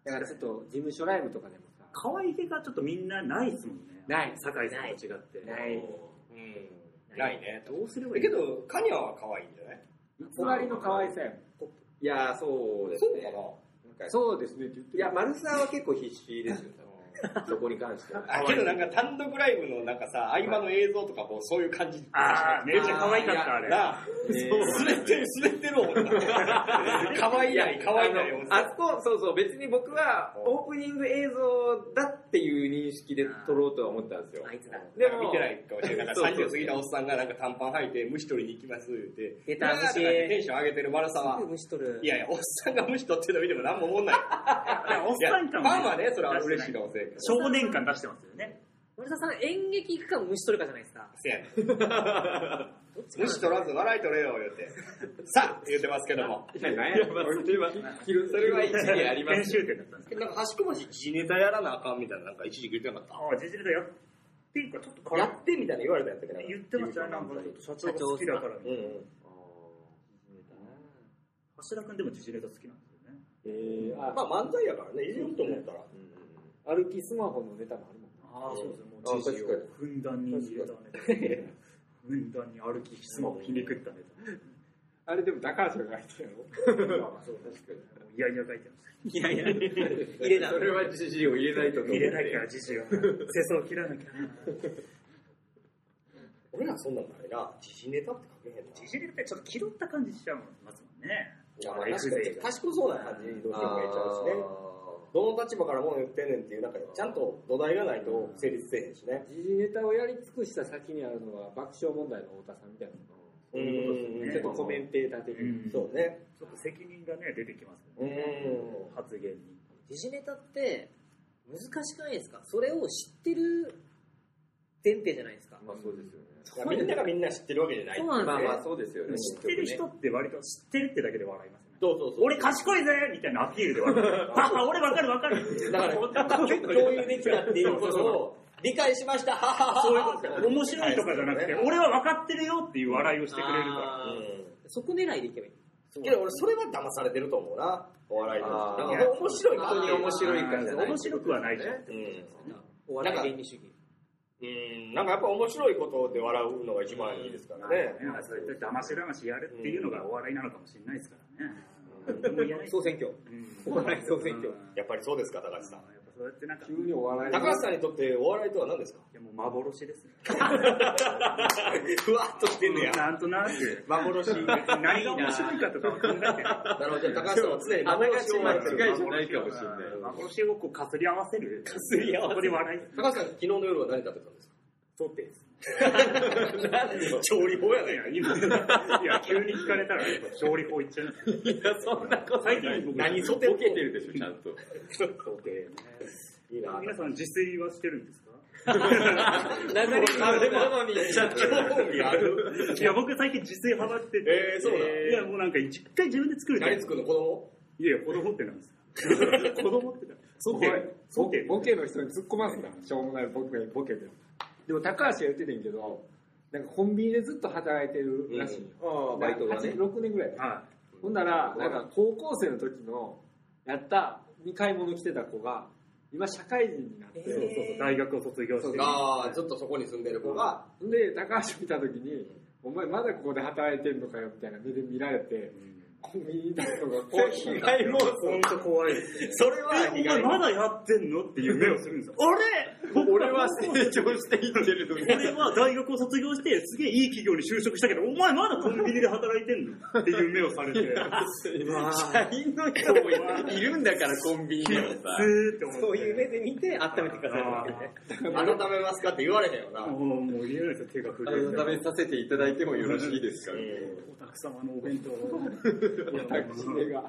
Speaker 6: だからちょっと事務所ライブとかでもさ、
Speaker 5: 可愛げがちょっとみんなないっすもんね。
Speaker 6: ない
Speaker 5: 酒井さんと違って。
Speaker 6: ない。
Speaker 2: うん。ないね。
Speaker 5: どうすればい
Speaker 2: え
Speaker 5: い
Speaker 2: けど、カニャは可愛いんじゃない
Speaker 6: 隣の可愛さやもん。
Speaker 4: いやー、そうです
Speaker 2: そう
Speaker 4: ね。
Speaker 2: かな
Speaker 4: なんか
Speaker 6: そうですねって言って
Speaker 4: いや、マルサーは結構必死ですよ。多分 そこに関しては。
Speaker 2: あけどなんか単独ライブのなんかさ、合間の映像とかもそういう感じに
Speaker 5: あー、めっちゃ可愛かった、あれ。
Speaker 2: なあ、滑ってる、滑ってる 女。可愛いない、可愛いない
Speaker 4: あ
Speaker 2: 女
Speaker 4: のあ。そこ、そうそう、別に僕はオープニング映像だっていう認識で撮ろうとは思ったんですよ
Speaker 1: あ。いつだ。
Speaker 2: で
Speaker 4: で
Speaker 2: も
Speaker 4: も
Speaker 2: 見てないかもしれない。なんか
Speaker 4: そうそう
Speaker 2: 30過ぎたおっさんがなんか短パン履いて虫取りに行きます言って。
Speaker 1: 出た
Speaker 2: うわーとか言ってテンション上げてる丸さは。
Speaker 1: 虫取る
Speaker 2: い。やいや、おっさんが虫取ってるの見ても何も思んない。
Speaker 5: おっ
Speaker 2: いや
Speaker 5: さん
Speaker 2: ファ
Speaker 5: 感
Speaker 2: ンはね、それは嬉しいかもしれんけど。
Speaker 5: 少年感出してますよね。
Speaker 1: 森田さん、演劇行くか虫取るかじゃないですか。
Speaker 2: せやねん
Speaker 1: どっちかな
Speaker 2: 虫取らず笑い取れよ、言って。さあ言ってますけども。
Speaker 4: いや、なんや、それは一理ありま
Speaker 5: 編
Speaker 4: す。
Speaker 5: 集点だったんですけど。
Speaker 2: なんか、端っこまし時事ネタやらなあかんみたいな、なんか一時期言ってなかった。
Speaker 5: ああ、ジジネタやっていうか、ちょっとこれ
Speaker 4: やってみたいな言われたやつだけど。
Speaker 5: 言ってましたよ、なんかちょっと社長が好きだからみたいな。橋田君でもジジネタ好きなんですよね。
Speaker 6: えー、あ、
Speaker 2: まあ漫才やからね、いじようと思ったら。
Speaker 6: 歩きスマホのネタもあるもんね。
Speaker 5: ああ、そうですね。も
Speaker 4: あ
Speaker 5: うジジを
Speaker 4: 確か
Speaker 5: ふんだんにジジネタをね。ふんだんに歩き、スマホひねくったネ
Speaker 6: あれでも高橋が書いてるやろ。
Speaker 5: タ。まあまあそうですけど、もういやいや書いてます。
Speaker 1: いやいや、
Speaker 4: 入れなそれは指示を入れないとと思って
Speaker 5: 入れなきゃ、ジ ジを。世相を切らなきゃな。
Speaker 2: 俺らそんなんないな。時事ネタって書けへんな。
Speaker 5: ジジネタってちょっと気取った感じしちゃうもん、ますもんね。
Speaker 2: いやまあ確かに賢そうな感じにどうしても見えちゃうしね。
Speaker 4: あ
Speaker 2: どの立場からもの言ってんねんっていう中で、ちゃんと土台がないと成立せえへんしね。
Speaker 6: 時事ネタをやり尽くした先にあるのは爆笑問題の太田さんみたいな
Speaker 2: う
Speaker 5: うん
Speaker 2: ん
Speaker 6: ちょっとコメンテーター的に。
Speaker 2: そうね。
Speaker 5: ちょっと責任がね、出てきます
Speaker 2: う
Speaker 5: もんね。
Speaker 2: ん。
Speaker 5: 発言に。
Speaker 1: 時事ネタって難しくないですかそれを知ってる前提じゃないですか。
Speaker 4: まあそうですよね。
Speaker 2: みんながみんな知ってるわけじゃない。
Speaker 1: そうなん
Speaker 4: まあ
Speaker 1: です
Speaker 4: ま
Speaker 1: よ
Speaker 4: あ。そうですよね。
Speaker 5: 知ってる人って割と知ってるってだけで笑いますよね。
Speaker 2: そうそう
Speaker 5: 俺賢いぜみたいなアピールで笑う。パパ、俺わかるわかるって。
Speaker 2: だから、共有できたっていうことを理解しました。はははは
Speaker 5: そういうことですよ。面白いとかじゃなくて、俺は分かってるよっていう笑いをしてくれるか
Speaker 1: あーそこ狙いでいけばいい。
Speaker 2: うんけど俺それは騙されてると思うな。お笑いと
Speaker 4: あー
Speaker 2: して。なんか面白いことに面白いからら
Speaker 4: じ
Speaker 2: じ
Speaker 4: ゃ
Speaker 2: ゃ
Speaker 4: な
Speaker 2: ないい。
Speaker 5: 面白くはないじゃん。
Speaker 2: うん
Speaker 1: お笑い原理主義。
Speaker 2: うん、なんかやっぱ面白いことで笑うのが一番いいですかららね。
Speaker 5: まあそういった騙し騙しやるっていうのがお笑いなのかもしれないですからね。うんもう嫌です
Speaker 1: 総選挙。
Speaker 5: うん
Speaker 1: お笑い総選
Speaker 5: うんや
Speaker 1: 挙
Speaker 5: っ。
Speaker 2: やっぱりそうですか、高橋さん。
Speaker 5: ぱそうやってなんか、
Speaker 6: 急にお笑いの
Speaker 2: 高橋さんにとってお笑いとは何ですか
Speaker 5: いやもう幻ですね。
Speaker 2: ふわっとしてんねや。
Speaker 5: なんとなく。
Speaker 2: 幻。なる
Speaker 5: 何が面白いかとかは考えてない。
Speaker 2: ほど、じゃあ高橋さんは常に幻を
Speaker 4: 間
Speaker 2: 笑う。
Speaker 4: 違いじゃないかもしれない。
Speaker 5: 幻をこうかすり合わせる。かすり合わせる。ここで笑い。
Speaker 2: 高橋さん、昨日の夜は何食べたんですか
Speaker 5: そうです。
Speaker 2: 調理法やねん。
Speaker 5: いや、今、いや、急に聞かれたら、やっぱ調理法いっちゃうんですよ。
Speaker 4: いや、そんなこと
Speaker 5: 最近僕、
Speaker 2: 何
Speaker 4: ボ
Speaker 2: ソ
Speaker 4: ケ
Speaker 2: テ
Speaker 4: てるでしょ、ちゃんと。
Speaker 5: 想定ね
Speaker 2: いいな。
Speaker 5: 皆さん自炊はしてるんです
Speaker 1: な
Speaker 5: か
Speaker 1: ぜ
Speaker 4: あれなのに、社長
Speaker 2: 興味ある。
Speaker 5: いや、僕最近自炊ハマってて。
Speaker 2: えーそうなの
Speaker 5: いや、もうなんか一回自分で作る
Speaker 2: 何作るの子供
Speaker 5: いや、子供ってなんですか子供ってなんですか
Speaker 6: ボケ
Speaker 5: そうて。
Speaker 6: ボケの人に突っ込ますんだ。しょうもないボケ、ボケで。でも高橋が言っててんけど、なんかコンビニでずっと働いてるらしいよ。
Speaker 4: ああ、バイトがね。
Speaker 6: 6年ぐらい。
Speaker 5: は
Speaker 6: ほんなら、なんか高校生の時の、やった、に買い物来てた子が、今社会人になって、
Speaker 5: い。そうそうそう、大学を卒業して。
Speaker 2: ああ、ずっとそこに住んでる子が、
Speaker 6: で、高橋見た時に、お前まだここで働いてんのかよみたいな目で見られて、コンビニだとかコーヒーが、
Speaker 2: 外労
Speaker 5: ほんと怖いですね。
Speaker 2: それ
Speaker 5: え、お前まだやってんのっていう目をするんですよ。あれ
Speaker 4: 俺は成長していってるのに。
Speaker 5: 俺は大学を卒業して、すげえいい企業に就職したけど、お前まだコンビニで働いてんのっていう目をされて、う
Speaker 4: 社員の人もいるんだから、コンビニにもさ。
Speaker 5: ーって思って。
Speaker 1: そういう目で見て温めてくださいわけね。
Speaker 2: 改めますかって言われへんよな。
Speaker 5: もう、もう言えないですよ、手が震えて。
Speaker 4: 改めさせていただいてもよろしいですか
Speaker 5: おたく様のお弁当を。
Speaker 6: 私目が。
Speaker 5: も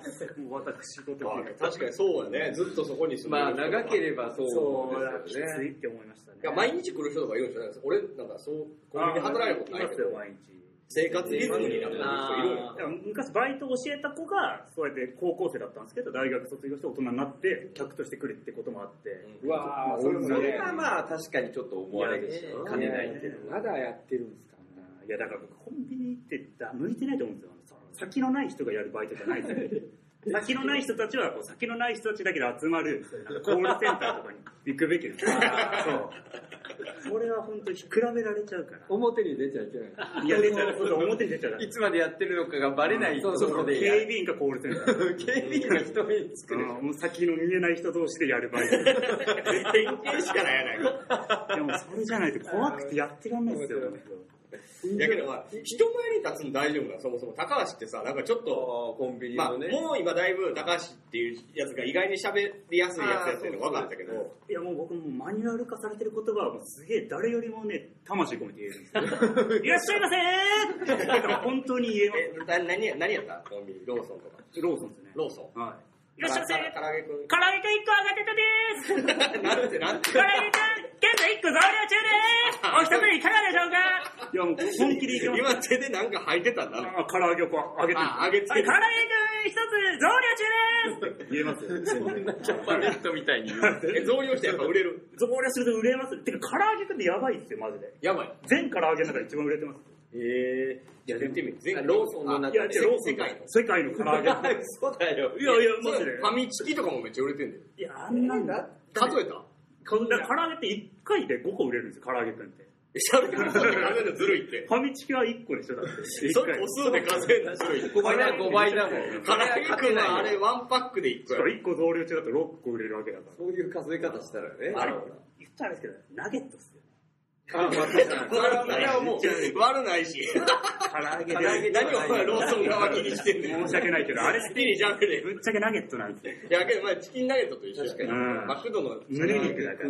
Speaker 5: う私事と
Speaker 2: あ
Speaker 5: いうか、
Speaker 2: 確かにそうやね。ずっとそこに住んでる
Speaker 4: まあ、
Speaker 2: 人が
Speaker 4: 長ければそう
Speaker 5: そうだ、
Speaker 4: で
Speaker 5: き
Speaker 4: す
Speaker 5: つ
Speaker 4: よね。
Speaker 5: いって思いましたね
Speaker 2: い。や毎日来る人とかいるんじゃないですか。俺、なんかそう、コンビニで働いたことない
Speaker 5: ま
Speaker 2: け
Speaker 5: す
Speaker 2: ど
Speaker 5: よ、、毎日。
Speaker 2: 生活リズムになってる人いるんよ。
Speaker 5: だから昔バイトを教えた子が、そうやって高校生だったんですけど、大学卒業して大人になって、客として来るってこともあって、
Speaker 6: うわぁ、そ
Speaker 4: そ
Speaker 6: れも
Speaker 4: れ
Speaker 6: ね、
Speaker 4: はまあ、確かにちょっと思われるし、
Speaker 5: あ
Speaker 4: 兼ねないっていうの
Speaker 6: ま
Speaker 4: は。
Speaker 6: だやってるんですか
Speaker 5: いやだから僕コンビニってだ向いてないと思うんですよその先のない人がやるバイトじゃない ですよ先のない人たちはこう先のない人たちだけで集まるなんかコールセンターとかに行くべきですそうこれは本当に比べられちゃうから。
Speaker 6: 表に出ちゃいけない。
Speaker 5: いや、出ちゃう。そうそう表に出ちゃうから。
Speaker 4: いつまでやってるのかがバレないと
Speaker 5: そう
Speaker 4: こ
Speaker 5: そ
Speaker 4: ろ
Speaker 5: う。
Speaker 4: で
Speaker 5: 警
Speaker 4: やる。
Speaker 5: 備員かコールセンター。
Speaker 4: 警備員が一人つくでしょ。
Speaker 5: うん先の見えない人同士でやる場合。
Speaker 2: 偏見しかないやないか。
Speaker 5: でもそれじゃないと怖くてやってらんないですよ。
Speaker 2: やけどまあ、人前に立つの大丈夫な、そもそも。高橋ってさ、なんかちょっと、
Speaker 4: コンビニ
Speaker 2: まあ、
Speaker 4: の
Speaker 2: も
Speaker 4: ね。
Speaker 2: う今だいぶ高橋っていうやつが意外に喋りやすいやつやってるの分かったけど、
Speaker 5: いやもう僕もうマニュアル化されてる言葉はもうすげえ誰よりもね、魂込めて言えるんですよ。 いらっしゃいませーだから本当に言えま
Speaker 2: え、な何や何やったコンビニ、ローソンとか。
Speaker 5: す。ローソンですね。
Speaker 2: ローソン。
Speaker 5: はい。いらっしゃいませ
Speaker 2: 唐揚げくん
Speaker 5: 唐揚げと1個揚げてたです
Speaker 2: なんてなんて。
Speaker 5: 唐揚げくん、現在1個増量中でーすお一ついかがでしょうかいやもう本気でいけます。
Speaker 2: 今手でなんか履いてたんだ。
Speaker 5: あ唐揚げをこう揚げてる。
Speaker 2: あ、あげつ
Speaker 5: は
Speaker 2: け
Speaker 5: い、
Speaker 2: て
Speaker 5: 唐揚。げくん、一つ増量中でーす言えますよ。
Speaker 4: パレットみたいに言う。
Speaker 2: え、増量してやっぱ売れる。
Speaker 5: 増量すると売れます。てか唐揚げくんってやばいっすよ、マジで。
Speaker 2: やばい。
Speaker 5: 全唐揚げの中で一番売れてます。ええいや、で
Speaker 2: 言っ
Speaker 5: も、
Speaker 2: てみる。全
Speaker 4: ローソンの中
Speaker 5: いや、じゃあローソン
Speaker 2: 世界の。
Speaker 5: 世界の唐揚げ。 い
Speaker 4: そうだよ。
Speaker 5: やいや、マジ
Speaker 2: そ
Speaker 5: で
Speaker 2: れフ。ァミチキとかもめっちゃ売れてんだよ。
Speaker 5: いや、あんなんだ。
Speaker 2: 数えた
Speaker 5: こんな唐揚げって1回で5個売れるんですよ、唐揚げくんって。
Speaker 2: えそれ数えるのずるいって。
Speaker 5: ファミチキは1個でしょ、だって。一
Speaker 2: そ
Speaker 5: 回
Speaker 2: れ個数で数えるのずるい。
Speaker 4: 5倍だよ、5倍だもん。
Speaker 2: 唐揚げくんはあれワンパックで1個
Speaker 5: し
Speaker 2: や
Speaker 5: かも
Speaker 2: ろ。
Speaker 5: 1個増量中だと6個売れるわけだから。
Speaker 4: そういう数え方したらね。
Speaker 5: あれ、言ったらあれですけど、ナゲットっすよね。
Speaker 2: 悪ないもう、悪ないし。
Speaker 5: 唐揚げ
Speaker 4: 唐揚げ
Speaker 5: で。
Speaker 2: 何をお前ローソン側気にしてんねん。
Speaker 5: 申し訳ないけど、あれ、
Speaker 2: 好きにジャンクで。
Speaker 5: ぶっちゃけナゲットなんですよ。
Speaker 2: いや、けどまあチキンナゲットと一緒や
Speaker 4: 確かに
Speaker 5: うん
Speaker 2: マクドの。
Speaker 5: 胸肉だから。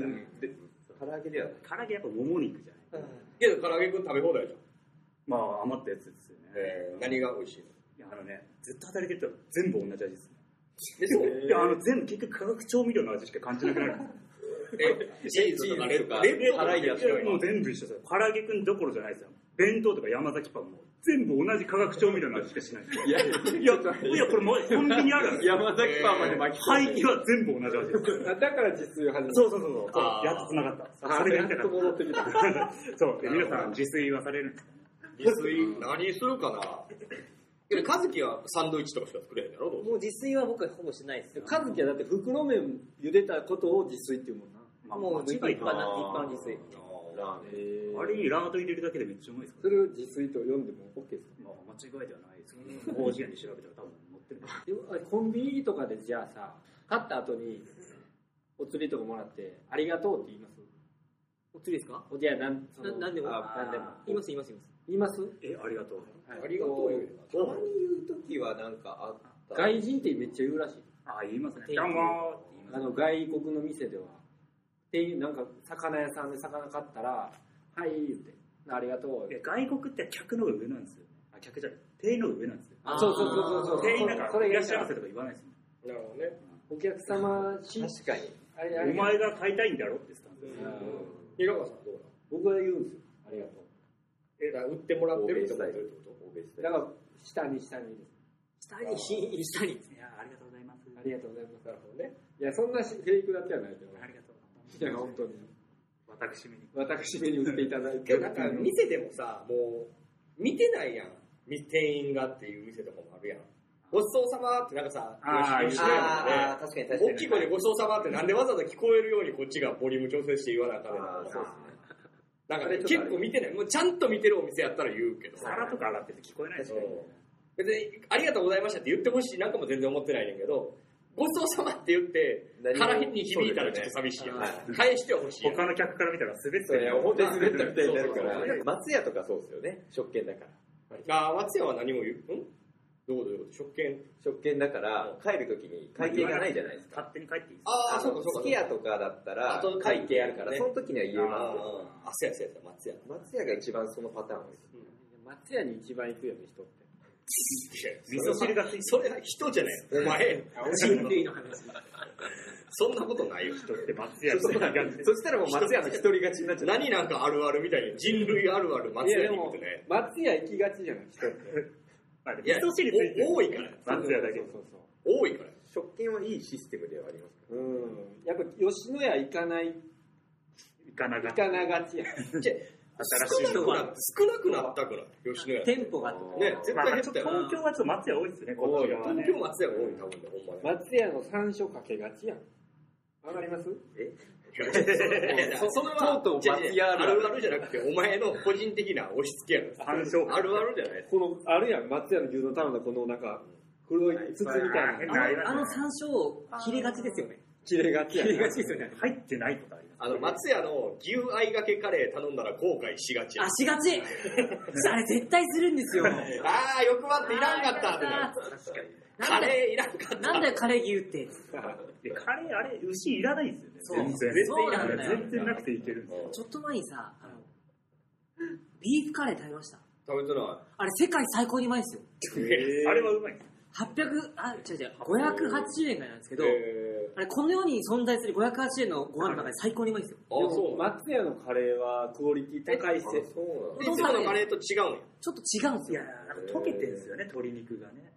Speaker 4: 唐揚げではない。
Speaker 5: 唐揚げやっぱもも肉じゃない。
Speaker 2: けど唐揚げくん食べ放題じゃん。
Speaker 5: まあ、余ったやつですよね。
Speaker 2: えー何が美味しいの
Speaker 5: いや、あのね、ずっと働いてると全部同じ味ですね。
Speaker 2: でそう
Speaker 5: いや、あの、全部結局化学調味料の味しか感じなくなる。
Speaker 2: え、チーズとかレッド
Speaker 4: か
Speaker 2: レッドとか
Speaker 4: 辛いやつとか
Speaker 5: もう全部一緒ですよ。唐揚げくんどころじゃないですよ。弁当とか山崎パンも全部同じ化学調味料の味しかしない。いや、いや、これもうコンビニあるある。
Speaker 4: 山崎パンまで巻き込ん
Speaker 5: 廃
Speaker 4: で。
Speaker 5: 棄は全部同じ味です。
Speaker 6: だから自炊を始めた。
Speaker 5: そうそうそうそう
Speaker 2: あ。ー
Speaker 5: やっと繋がった。
Speaker 6: あ
Speaker 5: そ
Speaker 6: ー
Speaker 5: れが
Speaker 6: や
Speaker 5: や
Speaker 6: っ
Speaker 5: りたか
Speaker 6: と
Speaker 5: っ
Speaker 6: 戻ってきた。
Speaker 5: た。そう。で皆さん、自炊はされるんですか
Speaker 2: 自炊、何するかなけど、和樹はサンドイッチとかしか作れへんやろどうせ
Speaker 1: もう自炊は僕はほぼしないですよ。
Speaker 6: カズキはだって福の麺茹でたことを自炊っていうもんな。
Speaker 5: まあ
Speaker 1: もう一
Speaker 5: 間違
Speaker 1: 般
Speaker 5: い
Speaker 1: な一般
Speaker 5: ない。
Speaker 1: 自炊。
Speaker 4: ラーメン
Speaker 5: あれにラード入れるだけでめっちゃうまいですか。
Speaker 6: それを自炊と読んでも OK ですか
Speaker 5: ま
Speaker 6: ら
Speaker 5: あ、間違いではないですけど、法事屋に調べたら多分持ってる。
Speaker 6: でもあれコンビニとかでじゃあさ、買った後に、お釣りとかもらって、ありがとうって言います
Speaker 1: お釣りですか
Speaker 6: おじゃあ、なん、そ
Speaker 1: な
Speaker 6: の
Speaker 1: 何でも
Speaker 6: あ何でも。
Speaker 1: 言います言います言います。
Speaker 6: 言
Speaker 5: え、
Speaker 6: います
Speaker 5: ありがとう。
Speaker 2: ありがとうよ
Speaker 4: たまに言うときはなんかあった。
Speaker 6: 外人ってめっちゃ言うらしい。
Speaker 5: あ、言いますね。
Speaker 1: 店
Speaker 5: ど
Speaker 1: 員
Speaker 5: うもーって言い
Speaker 6: あ
Speaker 5: ます
Speaker 6: の、外国の店では、店員、なんか、魚屋さんで魚買ったら、はい、言って、ありがとう。
Speaker 5: え外国って客の方が上なんですよ。あ、客じゃない。店員の方が上なんですよ。
Speaker 1: あー
Speaker 6: そうそうそうそうそう。
Speaker 5: 店員なんか、
Speaker 6: それ
Speaker 5: いら
Speaker 6: が
Speaker 5: っ
Speaker 6: いい
Speaker 5: しゃいま
Speaker 6: か
Speaker 5: せとか言わないですもん
Speaker 2: なるほどね。
Speaker 6: お客様し、
Speaker 4: 確かに。
Speaker 6: あれあ
Speaker 5: お
Speaker 6: れ
Speaker 5: 前が買いたいんだろって言ったんです
Speaker 6: あ
Speaker 5: よ。
Speaker 6: ー
Speaker 2: 平川さんどうなの
Speaker 6: 僕は言うんですよ。ありがと
Speaker 2: え、だから売ってもらってるって思ってるってこ
Speaker 4: 欧米ス
Speaker 6: う。
Speaker 4: タイ
Speaker 6: だから、下に下にです。
Speaker 1: 下に、下に。
Speaker 5: いや、ありがとうございます。
Speaker 6: ありがとうございます
Speaker 2: と。なるほどね。
Speaker 6: いや、そんなしフェイクだけはないけど。
Speaker 5: ありがとう。
Speaker 6: いや、本当に。
Speaker 5: 私めに。
Speaker 6: 私目に売っていただい
Speaker 2: け
Speaker 6: て。
Speaker 2: どなんか店でもさ、もう、見てないやん。み店員がっていう店とかもあるやん。ごちそうさまってなんかさ、
Speaker 5: あー
Speaker 2: 吉野家とか
Speaker 4: あ
Speaker 2: ね
Speaker 4: あ、確かに確かに。
Speaker 2: 大きい声でごちそうさまってなんでわざわざ聞こえるようにこっちがボリューム調整して言わなあかんねんな
Speaker 4: あーそうですね。
Speaker 2: なんかね、結構見てない。もうちゃんと見てるお店やったら言うけど。
Speaker 5: 皿とか洗ってて聞こえないですよ。
Speaker 2: 別に、ありがとうございましたって言ってほしいなんかも全然思ってないねんけど、ごちそうさまって言って、
Speaker 4: 何も
Speaker 2: 腹に響いたらちょっと寂しいやん
Speaker 4: そうだよね
Speaker 2: 返してほしいやん。
Speaker 5: 他の客から見たら滑って
Speaker 4: そういや、本当に滑ったみたいになるか
Speaker 2: そうそう
Speaker 4: ら。松屋とかそうですよね。食券だから。
Speaker 2: あー松屋は何も言う。んどうどういうこと食券。
Speaker 4: 食券だから、帰るときに会計がないじゃないですか。
Speaker 5: 勝手に帰っていいです
Speaker 2: ああ、そうかそうか。
Speaker 4: 好き屋とかだった
Speaker 2: あ
Speaker 4: ら
Speaker 2: と、
Speaker 4: 会計あるから、
Speaker 2: ね
Speaker 4: その時には言え
Speaker 2: あ
Speaker 4: ます
Speaker 2: あ、そうや
Speaker 4: けど。
Speaker 2: そうやそうや、松屋。
Speaker 4: 松屋が一番そのパターン多いです。
Speaker 6: 松屋に一番行くよね、人って。
Speaker 2: 味噌汁がついてそれは人じゃない。お前、人類の話。そんなことないよ。
Speaker 5: 人って松屋みたいな感じで
Speaker 4: そしたらもう松屋の一人勝ちになっちゃう。
Speaker 2: 何なんかあるあるみたいに人類あるある松屋に行くとね。
Speaker 6: 松屋行きがちじゃない、人って。
Speaker 5: まあ
Speaker 2: いや
Speaker 5: 味噌汁ついてる
Speaker 2: お多いから。
Speaker 5: 松屋だけ
Speaker 6: そうそうそう
Speaker 2: 多いから。
Speaker 4: 食券はいいシステムではあります
Speaker 6: そう。うん。やっぱ、吉野家行かない、
Speaker 5: 行かなか
Speaker 6: 行
Speaker 5: った
Speaker 6: かながちやん。
Speaker 2: じゃ
Speaker 5: 新しい
Speaker 2: 少なくなった、少なくなったくらい。吉野家。ね、
Speaker 1: 店舗がってこと
Speaker 2: 絶
Speaker 5: まあ
Speaker 2: 対減っ
Speaker 5: ちょったと
Speaker 2: よ。
Speaker 5: 東京はちょっと松屋多いですね、こっ
Speaker 2: 多
Speaker 5: ち
Speaker 2: い
Speaker 5: 側はね。
Speaker 2: 東京松屋が多い、多分ね、ほんまね。
Speaker 6: 松屋の山椒かけがちやん。わかります
Speaker 2: そそれは、
Speaker 4: とうとう松屋ある
Speaker 2: あ
Speaker 4: ある
Speaker 2: るあるじゃなくて、お前の個人的な押し付けやから。
Speaker 5: 反証
Speaker 4: あるあるじゃないですか。
Speaker 6: この、あるやん、松屋の牛丼頼んだこのなんか、黒い筒みたいな
Speaker 5: 変。なアイラ
Speaker 1: あ
Speaker 5: ン
Speaker 1: の
Speaker 5: ド
Speaker 1: 山椒、切れがちですよね。
Speaker 6: 切れがちや
Speaker 1: 切れ
Speaker 6: な
Speaker 1: がちですよね。
Speaker 5: 入ってないとかありま
Speaker 2: あの、松屋の牛合いがけカレー頼んだら後悔しがちや
Speaker 1: あ、しがちあれ絶対するんですよ。
Speaker 2: ああ、欲張っていらんかったってなる。
Speaker 5: す。確かに。
Speaker 1: な
Speaker 2: カ
Speaker 1: んで、
Speaker 2: レーいらんかった。
Speaker 1: なんだよ、カレー牛って。
Speaker 5: で、カレーあれ、牛いらないんですよね。
Speaker 1: そう
Speaker 5: 全
Speaker 1: そうなん
Speaker 5: 然
Speaker 1: だよ。
Speaker 5: 全然なくていけるんですよ。
Speaker 1: ちょっと前にさ、あの、ビーフカレー食べました。
Speaker 4: 食べてな
Speaker 1: あれ世界最高にうまいんですよ。
Speaker 5: あれはうまいです。
Speaker 1: 800、あ、違う違う、580円からなんですけど、
Speaker 4: い。え
Speaker 1: あれこの世に存在する580円のご飯の中で最高にうまいんですよ。
Speaker 4: ー、あ、そうなんだ。
Speaker 6: 松屋のカレーはクオリティ高いっす
Speaker 4: あそう
Speaker 2: いつものカレーと違うんや。
Speaker 1: ちょっと違うんです
Speaker 5: いや
Speaker 1: よ
Speaker 5: ー。なんか溶けてるんですよね、鶏肉がね。
Speaker 4: なんだ。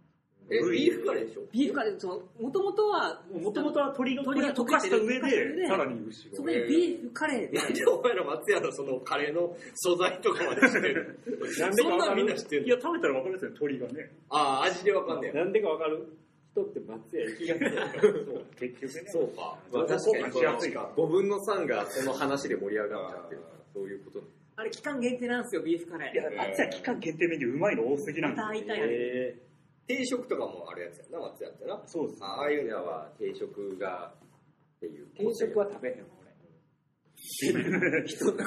Speaker 4: え、ビーフカレーでしょ
Speaker 1: ビーフカレー、その、もともとは、
Speaker 5: もともとは鶏が
Speaker 1: 鶏が
Speaker 5: 溶かした上
Speaker 1: 溶かした上
Speaker 5: で、
Speaker 1: で
Speaker 5: さらに牛
Speaker 1: そ
Speaker 5: を
Speaker 1: こ。にビーフカレーで、
Speaker 2: なんでお前ら松屋のそのカレーの素材とか まで知ってる
Speaker 6: なんでか
Speaker 2: そん
Speaker 6: わ
Speaker 2: な
Speaker 6: か
Speaker 2: んみんな
Speaker 6: る
Speaker 2: 知って
Speaker 5: い
Speaker 2: る
Speaker 5: や、食べたらわかるんですよね、鶏がね。
Speaker 2: ああ、味でわかんねえ。
Speaker 6: なんでかわかる人って松屋行きがちや
Speaker 5: 結局ね。
Speaker 4: そうか。
Speaker 5: まあ
Speaker 4: 確かに
Speaker 5: 交換しやすいから
Speaker 4: 5分の3がその話で盛り上がっちゃってるから、そういうことなんだ
Speaker 1: あれ期間限定なんですよ、ビーフカレ
Speaker 5: いや、
Speaker 1: ー。
Speaker 5: あっちは期間限定メニューうまいの多すぎなん
Speaker 1: ま
Speaker 5: です
Speaker 1: た会いた
Speaker 5: よ
Speaker 1: いな。
Speaker 6: え
Speaker 2: 定食とかもあるやつやな、松屋ってな。
Speaker 5: そうです。
Speaker 2: ああいう
Speaker 4: い
Speaker 2: の
Speaker 4: や
Speaker 2: は。
Speaker 4: は定食がっていう
Speaker 6: ー定食は食べへんわ
Speaker 1: 人って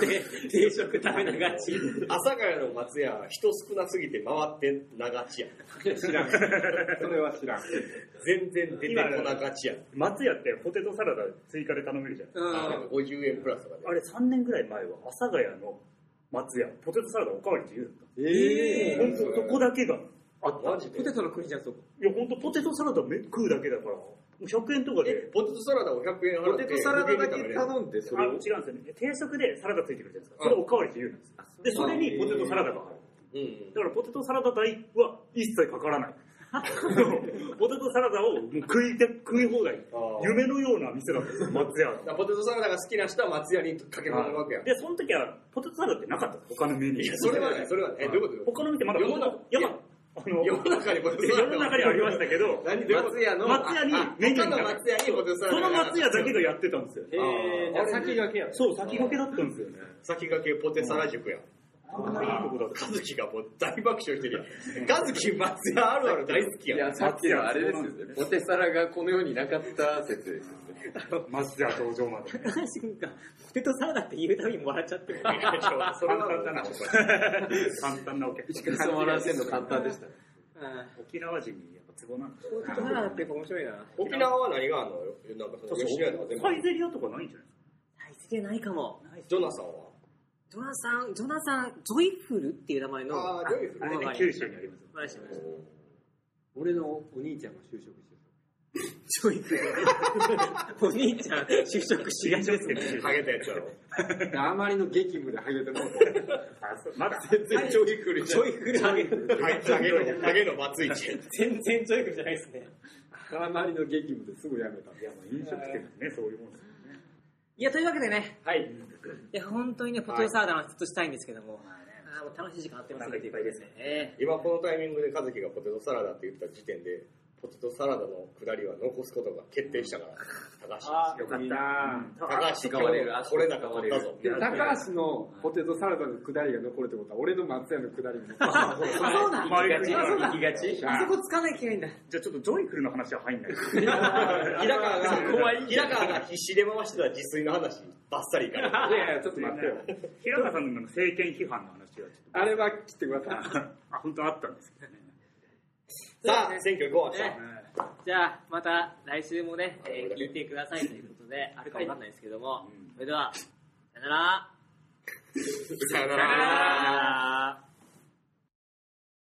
Speaker 1: 定食食べながち。
Speaker 2: 阿佐ヶ谷の松屋、人少なすぎて回ってながちや。
Speaker 6: 俺知らんそれは知らん
Speaker 2: 全然出てこながちや。
Speaker 5: 松屋ってポテトサラダ追加で頼めるじゃないで
Speaker 1: うん。
Speaker 2: あの50円プラスとか
Speaker 5: すか。あれ、3年ぐらい前は、阿佐ヶ谷の松屋、ポテトサラダおかわり自由だっ
Speaker 6: え
Speaker 5: た。ほんと、そこだけが。
Speaker 2: で。マジで
Speaker 1: ポ。テトの国じゃん、そこ。
Speaker 5: いや、ほんと、ポテトサラダめ食うだけだから、もう100円とか
Speaker 2: え
Speaker 5: で。
Speaker 2: ポテトサラダを100円払
Speaker 4: ポ
Speaker 2: って
Speaker 4: テトサラダだけ
Speaker 2: 無限に食べれる
Speaker 4: 頼んで
Speaker 5: あ
Speaker 4: そ
Speaker 5: 違
Speaker 4: れ
Speaker 5: うん
Speaker 4: を
Speaker 5: ですよね。定食でサラダついてくるじゃないですか。それおかわり自由なんですよ。で、それにポテトサラダが入る。
Speaker 2: うんうん。
Speaker 5: だからポテトサラダ代は一切かから ない。ポテトサラダをもう食いて食い放題
Speaker 2: あー。
Speaker 5: 夢のような店だったんです よ、松屋
Speaker 2: だから
Speaker 5: の
Speaker 2: ポテトサラダが好きな人は松屋に駆け込むわけや。
Speaker 5: で、その時はポテトサラダってなかったんです他のメニュー。
Speaker 2: いや、それはない、それはない。え、どういうこと
Speaker 5: 他の店まだ
Speaker 2: 世の中
Speaker 5: いや、まああの、
Speaker 2: 世の中にポテトサ
Speaker 5: 世
Speaker 2: ラダ
Speaker 5: の中にはありましたけ ど、
Speaker 2: 何で
Speaker 4: 松屋の
Speaker 5: 松屋にメニュー
Speaker 2: 他の
Speaker 5: が。
Speaker 2: 松屋にポテトサラ
Speaker 5: そ
Speaker 2: ダ
Speaker 5: の松屋だ
Speaker 2: が
Speaker 5: けがやってたんですよ。
Speaker 6: えー、先駆けや
Speaker 5: そう、先駆けだったんですよね。
Speaker 2: 先駆けポテサラ塾や
Speaker 5: あんまりいいとこだった。
Speaker 2: カズキがもう大爆笑してるやんカズキ松屋あるある大好き
Speaker 4: い
Speaker 2: やん
Speaker 4: や、さっきのあれですよね。ポテサラがこの世になかった 説ですよね。
Speaker 5: 松屋登場まで。
Speaker 1: なんか、ポテトサラダって言うたびに笑っちゃってる。
Speaker 2: いやちょそれ
Speaker 5: 簡
Speaker 2: は
Speaker 5: 単だな、簡単なお客
Speaker 4: しかも笑わせるの簡単でしたね。
Speaker 1: うん
Speaker 5: 沖縄人にやっぱツボなんですよ
Speaker 1: ポテトサラダってやっぱ面白いな。
Speaker 2: 沖縄は何があんのよなんかその吉野家とか全部
Speaker 5: サイゼリアとかないんじゃない
Speaker 1: 大好きないかも。
Speaker 2: ジョナサンは
Speaker 1: ジョナサン、ジョナサン、ジョイフルっていう名前の。
Speaker 2: あージョイフル
Speaker 5: あれ
Speaker 1: わ
Speaker 5: ね
Speaker 1: か、り
Speaker 5: 九
Speaker 1: まし
Speaker 5: 州にあります
Speaker 1: た
Speaker 5: よ。
Speaker 1: わかりました
Speaker 6: 俺のお兄ちゃんが就職して
Speaker 1: ちょいくお兄ちゃん、就職しがちですね。
Speaker 2: ハゲたやつやろ
Speaker 6: るあまりの激務でハゲてもう
Speaker 5: まだ、
Speaker 4: 全然上位来るじゃん。
Speaker 2: ハゲのハゲのバツイチ
Speaker 1: 全然ちょいくじゃないですね。
Speaker 6: あまりの激務ですぐ辞めた
Speaker 5: 飲食店ってね、そういうもんですよね。
Speaker 1: いや、というわけでね、
Speaker 6: はい
Speaker 1: いや、本当にね、ポテトサラダの話ずっとしたいんですけども、あーもう楽しい時間あってますね。
Speaker 5: いっぱいですね。
Speaker 1: え
Speaker 2: 今このタイミングでカズキがポテトサラダって言った時点でポテトサラダのくだりは残すことが決定したから高
Speaker 6: あ
Speaker 2: 橋
Speaker 6: よかった
Speaker 2: 高橋今日これなんか取ったぞ
Speaker 6: で高橋のポテトサラダの下りが残るってことは俺の松屋の下りも
Speaker 1: ー、あ、そうだ
Speaker 5: 周りが
Speaker 1: あそうだ
Speaker 5: 行きがち
Speaker 1: あそこつかないといけないんだ。
Speaker 5: じゃあちょっとジョイフルの話は入んない。
Speaker 2: 平川が平川が必死で回してた自炊の話バッサリいかない
Speaker 6: いやいやちょっと待ってよ
Speaker 5: 平川さんのなんか政権批判の話はちょっと、
Speaker 6: あれは切ってください
Speaker 5: あ、本当あったんですけどね。
Speaker 2: さあ選挙行こう明
Speaker 1: ねじゃあ、また来週もね、えー聞いてくださいということで、あるかわかんないですけども、それでは、さよなら。
Speaker 2: 日さよなら
Speaker 1: ら。